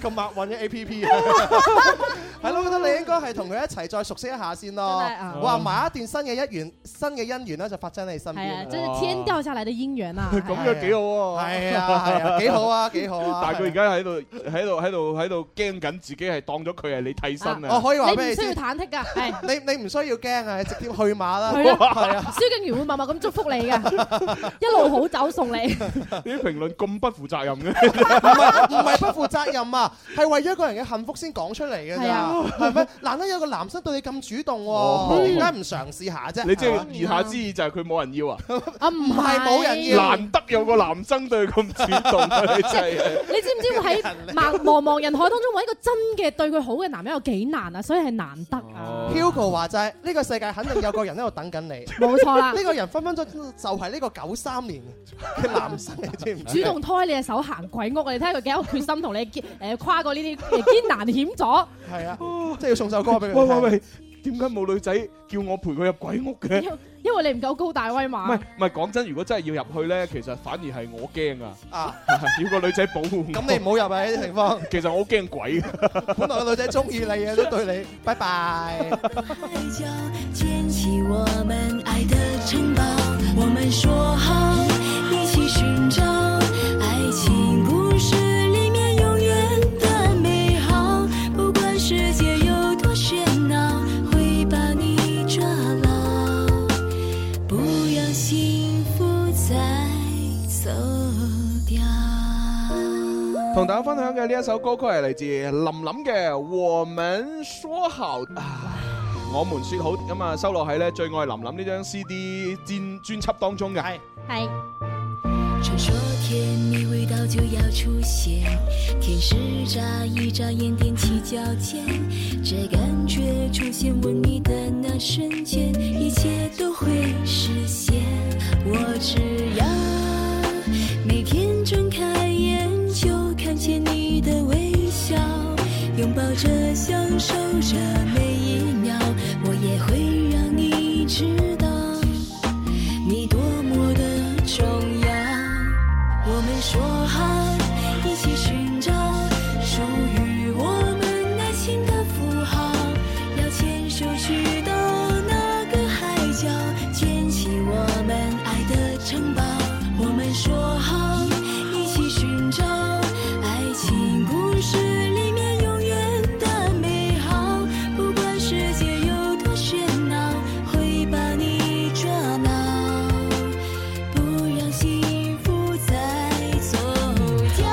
咁押韻嘅 A P P 係咯，我覺得你應該係同佢一齊再熟悉一下先咯真係啊。話埋一段新嘅一緣，新嘅姻緣咧就發生喺你身係啊，邊。真係天掉下嚟嘅姻緣哦啊！咁樣幾好喎， 係啊係啊幾好啊幾好啊但係佢而家喺度喺度喺度喺度驚緊自己係當咗佢係你替身啊！我哦可以話你俾唔需要知，忐 忑㗎，係你你唔需要驚啊，你直接去馬啦。係咯係，啊，蕭敬元會默默咁祝福 你㗎，一路好走送你。你啲評論咁不負責任 嘅，唔係不負責任啊，係為咗一個人嘅幸福先講出嚟嘅係咋啊，係咪？難得有個男生對你咁主動哦喎，點解唔嘗試下啫？你即係嘛係言下之意就係佢冇人要啊！啊，唔唔係冇人要難得有個男生對佢咁主動 啊，你真係你知唔知會喺茫茫茫人海當中揾一個真嘅對佢好嘅男人有幾難啊？所以係難得啊！ Hugo 話齋，呢個世界肯定有個人喺度等緊 你，冇錯啦呢個人分分鐘就係呢個九三年嘅男生，你知唔主知？動拖你隻手行鬼屋，你睇下佢幾有決心同 你誒、呃跨過呢啲誒艱難險阻。係啊，即係要送首歌俾佢。喂喂喂，點解冇女仔叫我陪佢入鬼屋嘅？因因為你唔夠高大威唔猛，係唔係，講真，如果真係要入去咧，其實反而係我驚啊！啊，要個女仔保護我。咁你唔好入啊！呢啲情況，其實我好驚鬼嘅。本來個女仔中意你嘅都對你，拜拜。就建起我们爱的城堡，我们说好一起寻找，爱情故事里面永远的美好，不管世界有多喧闹，会把你抓牢，不让幸福再走掉。同大家分享嘅呢一首歌曲係嚟自林林嘅《我們說好》啊，我們說好咁啊，收落喺咧最愛林林呢張 CD 專專輯當中嘅。係。传说甜蜜味道就要出现，天使眨一眨眼，踮起脚尖，这感觉出现吻你的那瞬间，一切都会实现。我只要每天睁开眼就看见你的微笑，拥抱着享受着每一秒，我也会让你知道你多么的重要。我们说好一起寻找属于我们爱情的符号，要牵手去到那个海角，建起我们爱的城堡。我们说好一起寻找爱情故事里面永远的美好，不管世界有多喧闹，会把你抓牢。不让幸福再走掉。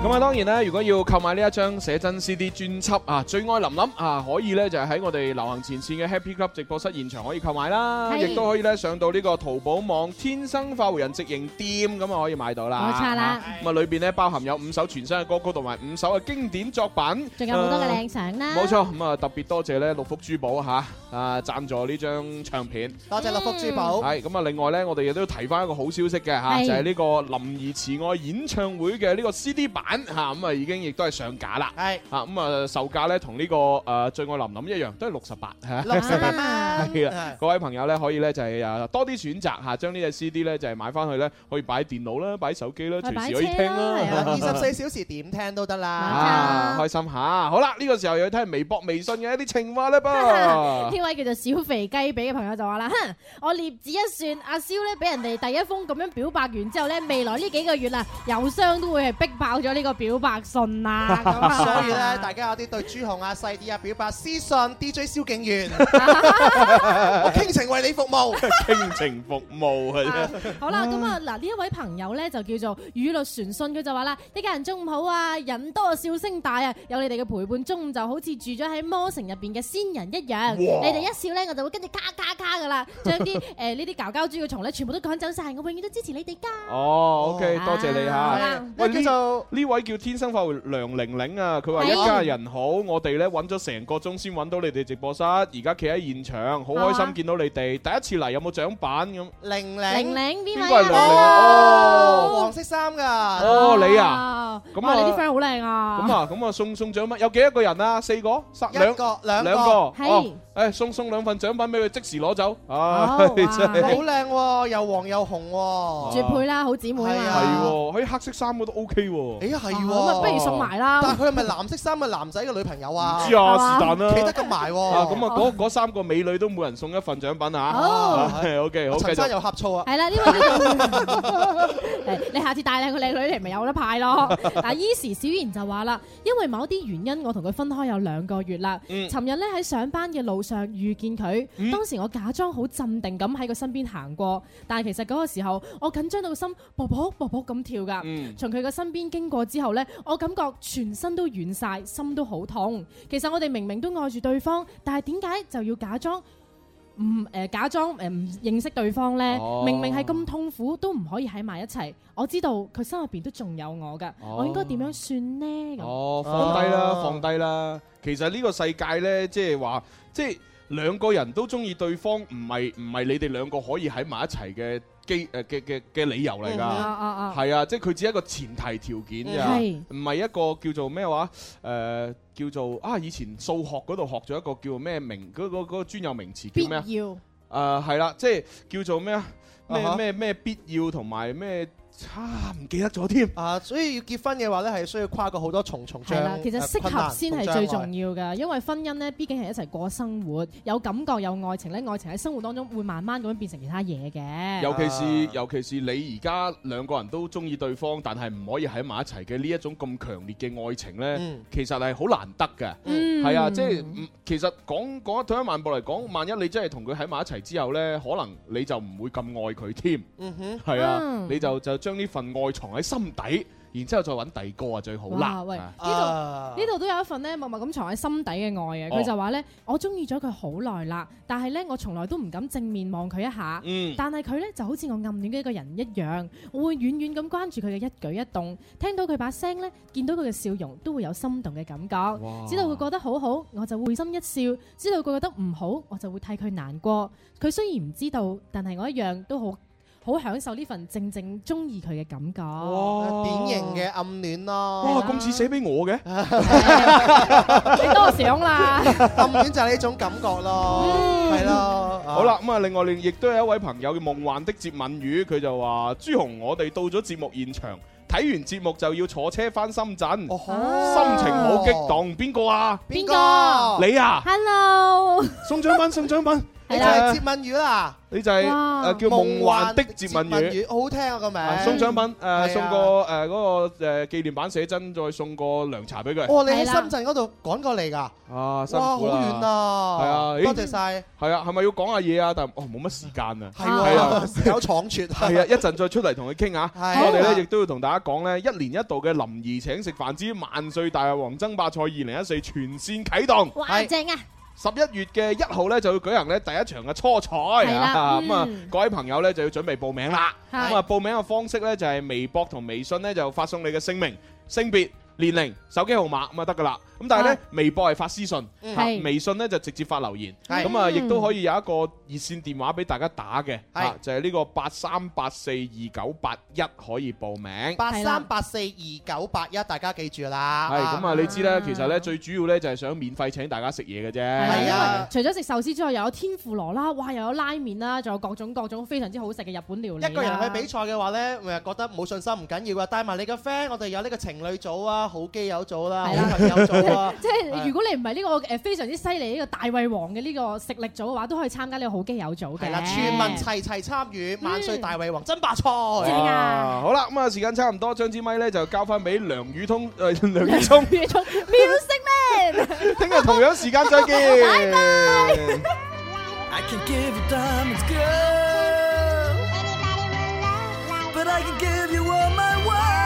咁啊，當然啦，如果要購買呢一張寫真 CD 專輯啊，《最愛林林》啊，可以咧就係喺我哋流行前線嘅 Happy Club 直播室現場可以購買啦，係亦都可以咧上到呢個淘寶網天生快活人直營店咁啊可以買到啦。冇錯啦啊咁啊裏邊咧包含有五首全新嘅歌曲同埋五首嘅經典作品，仲有好多嘅呃靚相啦。冇錯，咁啊特別多謝咧六福珠寶嚇啊贊助呢張唱片。多謝六福珠寶。係咁啊！另外咧，我哋亦都要提翻一個好消息嘅嚇，係就係呢個林怡慈愛演唱會嘅呢個 CD 版嚇，啦，咁啊已經亦都係上架啦。係啊，咁啊售價咧同呢個誒最愛林琳一樣，都係六十八。六十八蚊係啦，各位朋友咧可以咧就係誒多啲選擇嚇，將呢只 CD 咧就係買翻去咧，可以擺喺電腦啦，擺喺手機啦，隨時可以聽啦。二十四小時點聽都得啦。啊，開心下。好啦，呢個時候又要睇微博、微信嘅一啲情話啦 噃。呢位叫做小肥雞髀嘅朋友就話啦：，哼，我列子一算，阿蕭咧俾人哋第一封咁樣表白完之後咧，未來呢幾個月啊，郵箱都會係逼爆咗呢個表白信啊！咁咁啊，所以咧，大家有啲對朱紅啊、細啲啊表白私信 DJ 蕭敬 元，我傾情為你服務，傾情服務啊！真係好啦，咁啊嗱，呢一位朋友咧就叫做雨律旋信，佢就話啦：一家人中午好啊，人多笑聲大啊，有你哋嘅陪伴，中午就好似住咗喺魔城入邊嘅仙人一樣。哇你哋一笑咧，我就會跟住咔咔咔噶啦，將啲 誒呢啲搞膠豬嘅蟲咧，全部都趕走晒。我永遠都支持你哋㗎。哦，OK，多謝你嚇好啦。喂，跟住呢呢位叫天生快活梁玲玲啊，佢話係一家人好，我哋咧揾咗成個鐘先揾到你哋直播室，而家企喺現場，好開係嘛心見到你哋。第一次嚟有冇獎品咁？玲玲玲玲邊邊個位係啊梁玲玲哦黃色衫㗎。哦你啊咁哇啊你啲 friend 好靚啊！咁啊，咁啊，送送獎品有幾多個人啊？四個、三一兩個兩個兩個，係哦，誒送送兩份獎品俾佢，即時攞走。啊，好真係靚喎，又黃又紅喎，哦絕配啦，好姊妹啊係嘛。喎，喺黑色衫嗰都 OK 喎。誒係咁啊喎，不如送埋啦但係佢係咪藍色衫嘅男仔嘅女朋友啊？唔知啊，是但啦。企得咁哦埋喎。啊，咁啊，嗰嗰三個美女都每人送一份獎品啊哦。 OK，好，繼陳生又續。呷醋啊！係啦，呢位叫做 誒你下次帶靚個靚女嚟，咪有得派 咯。嗱，Eason 小賢就話啦，因為某啲原因，我同佢分開有兩個月啦。嗯尋日咧喺上班嘅路上遇見佢，嗯當時我假裝好鎮定咁喺佢身邊行過，但係其實嗰個時候我緊張到心卜卜卜卜咁跳嗯㗎。從佢嘅身邊經過之後呢，我感覺全身都軟晒，心都好痛。其實我哋明明都愛住對方，但係點解就要假裝？唔誒、假裝誒唔、認識對方咧，哦明明係咁痛苦都唔可以喺埋一齊。我知道佢心入邊都仲有我㗎，哦我應該點樣算呢？咁、哦，放低啦哦，放低啦。其實呢個世界呢，即係話，即係兩個人都中意對方，唔係唔係你哋兩個可以喺埋一齊嘅基誒嘅嘅嘅理由嚟嗯啊啊㗎啊。係啊，即係佢只係一個前提條件咋，嗯唔係一個叫做咩話誒。叫做啊！以前數學嗰度學咗一個叫咩名，嗰嗰嗰個專有名詞必叫咩啊？要誒係啦，即係叫做咩啊？啊哈咩咩咩必要同埋咩差唔記得咗添啊！所以要結婚嘅話咧，係需要跨過好多重重障係啦，其實呃適困合難先同係障最礙重要㗎，因為婚姻呢，畢竟係一齊過生活，有感覺有愛情咧，愛情喺生活當中會慢慢咁樣變成其他嘢嘅。尤其是尤其是你而家兩個人都中意對方，但係唔可以喺埋一齊嘅呢一種咁強烈嘅愛情呢嗯，其實係好難得嘅。嗯係啊，即係唔其實講講退一萬步嚟講，萬一你真係同佢喺埋一齊之後呢，可能你就唔會咁愛佢添。嗯哼係啊嗯，你就就將呢份愛藏喺心底，然之後再揾第二個啊最好哇啦。喂啊呢度呢度都有一份咧默默咁藏喺心底嘅愛嘅，佢、哦就話咧：我中意咗佢好耐啦，但係咧我從來都唔敢正面望佢一下。嗯但係佢咧就好似我暗戀嘅一個人一樣，我會遠遠咁關注佢嘅一舉一動，聽到佢把聲咧，見到佢嘅笑容都會有心動嘅感哦覺。知道佢覺得好好，我就會心一笑；知道佢覺得唔好，我就會替佢難過。佢雖然唔知道，但係我一樣都好好享受呢份正正中意佢嘅感覺。哇啊典型嘅暗戀咯。哇，咁似寫俾我嘅，你多想啦。暗戀就係呢種感覺咯，嗯係咯。好啦，咁啊，另外另亦都有一位朋友叫夢幻的接吻魚，佢就話：朱紅，我哋到咗節目現場，睇完節目就要坐車翻深圳，哦心情好激動。邊個啊？邊個？你啊？Hello，送獎品，送獎品。你就係接吻魚啦。你就係哇誒叫夢幻的接吻魚。好好聽啊個名啊。送獎品，係啊誒送個誒嗰個誒紀念版寫真，再送個涼茶俾佢。哦，你喺深圳嗰度趕過嚟㗎？啊，辛哇，好苦啦遠啊！係啊咦多謝晒。係啊，係咪要講下嘢啊？但係哦，冇乜時間啊。係喎有闖出。係啊， 一陣再出嚟同佢傾下。係我哋咧亦都要同大家講咧，一年一度嘅林兒請食飯之萬歲大胃王爭霸賽二零一四全線啟動。哇，正啊！十一月嘅一號咧就要舉行咧第一場嘅初賽係啦啊，咁啊嗯各位朋友咧就要準備報名啦。係咁啊報名嘅方式咧就係微博同微信咧就發送你嘅姓名、性別。年齡、手機號碼咁啊得噶啦。咁但係呢，微博係發私信，嗯嚇係微信呢就直接發留言。係咁啊，嗯亦都可以有一個熱線電話俾大家打嘅，嚇就係呢個八三八四二九八一可以報名。八三八四二九八一，大家記住啦。係咁啊！你知啦，其實呢，最主要呢就係想免費請大家食嘢嘅啫。係啊除咗食壽司之外，又有天婦羅啦，哇，又有拉麵啦，仲有各種各種非常之好食嘅日本料理啊啦。。一個人去比賽嘅話呢，誒覺得冇信心唔緊要啊，帶埋你嘅 friend，我哋有呢個情侶組啊，好基友組啦，好朋友組啊即係如果你唔係呢個誒非常之犀利呢個大胃王嘅呢個食力組嘅話，都可以參加呢個好基友組嘅。係啦，全民 齊齊參與，萬歲大胃王爭霸賽。啊！好啦，咁啊，時間差唔多，將支咪呢就交翻俾梁宇通誒，梁宇 聰。宇聰 Music Man。聽日同樣時間再見。拜拜。 I can give you diamonds, girl. But I can give you all my world.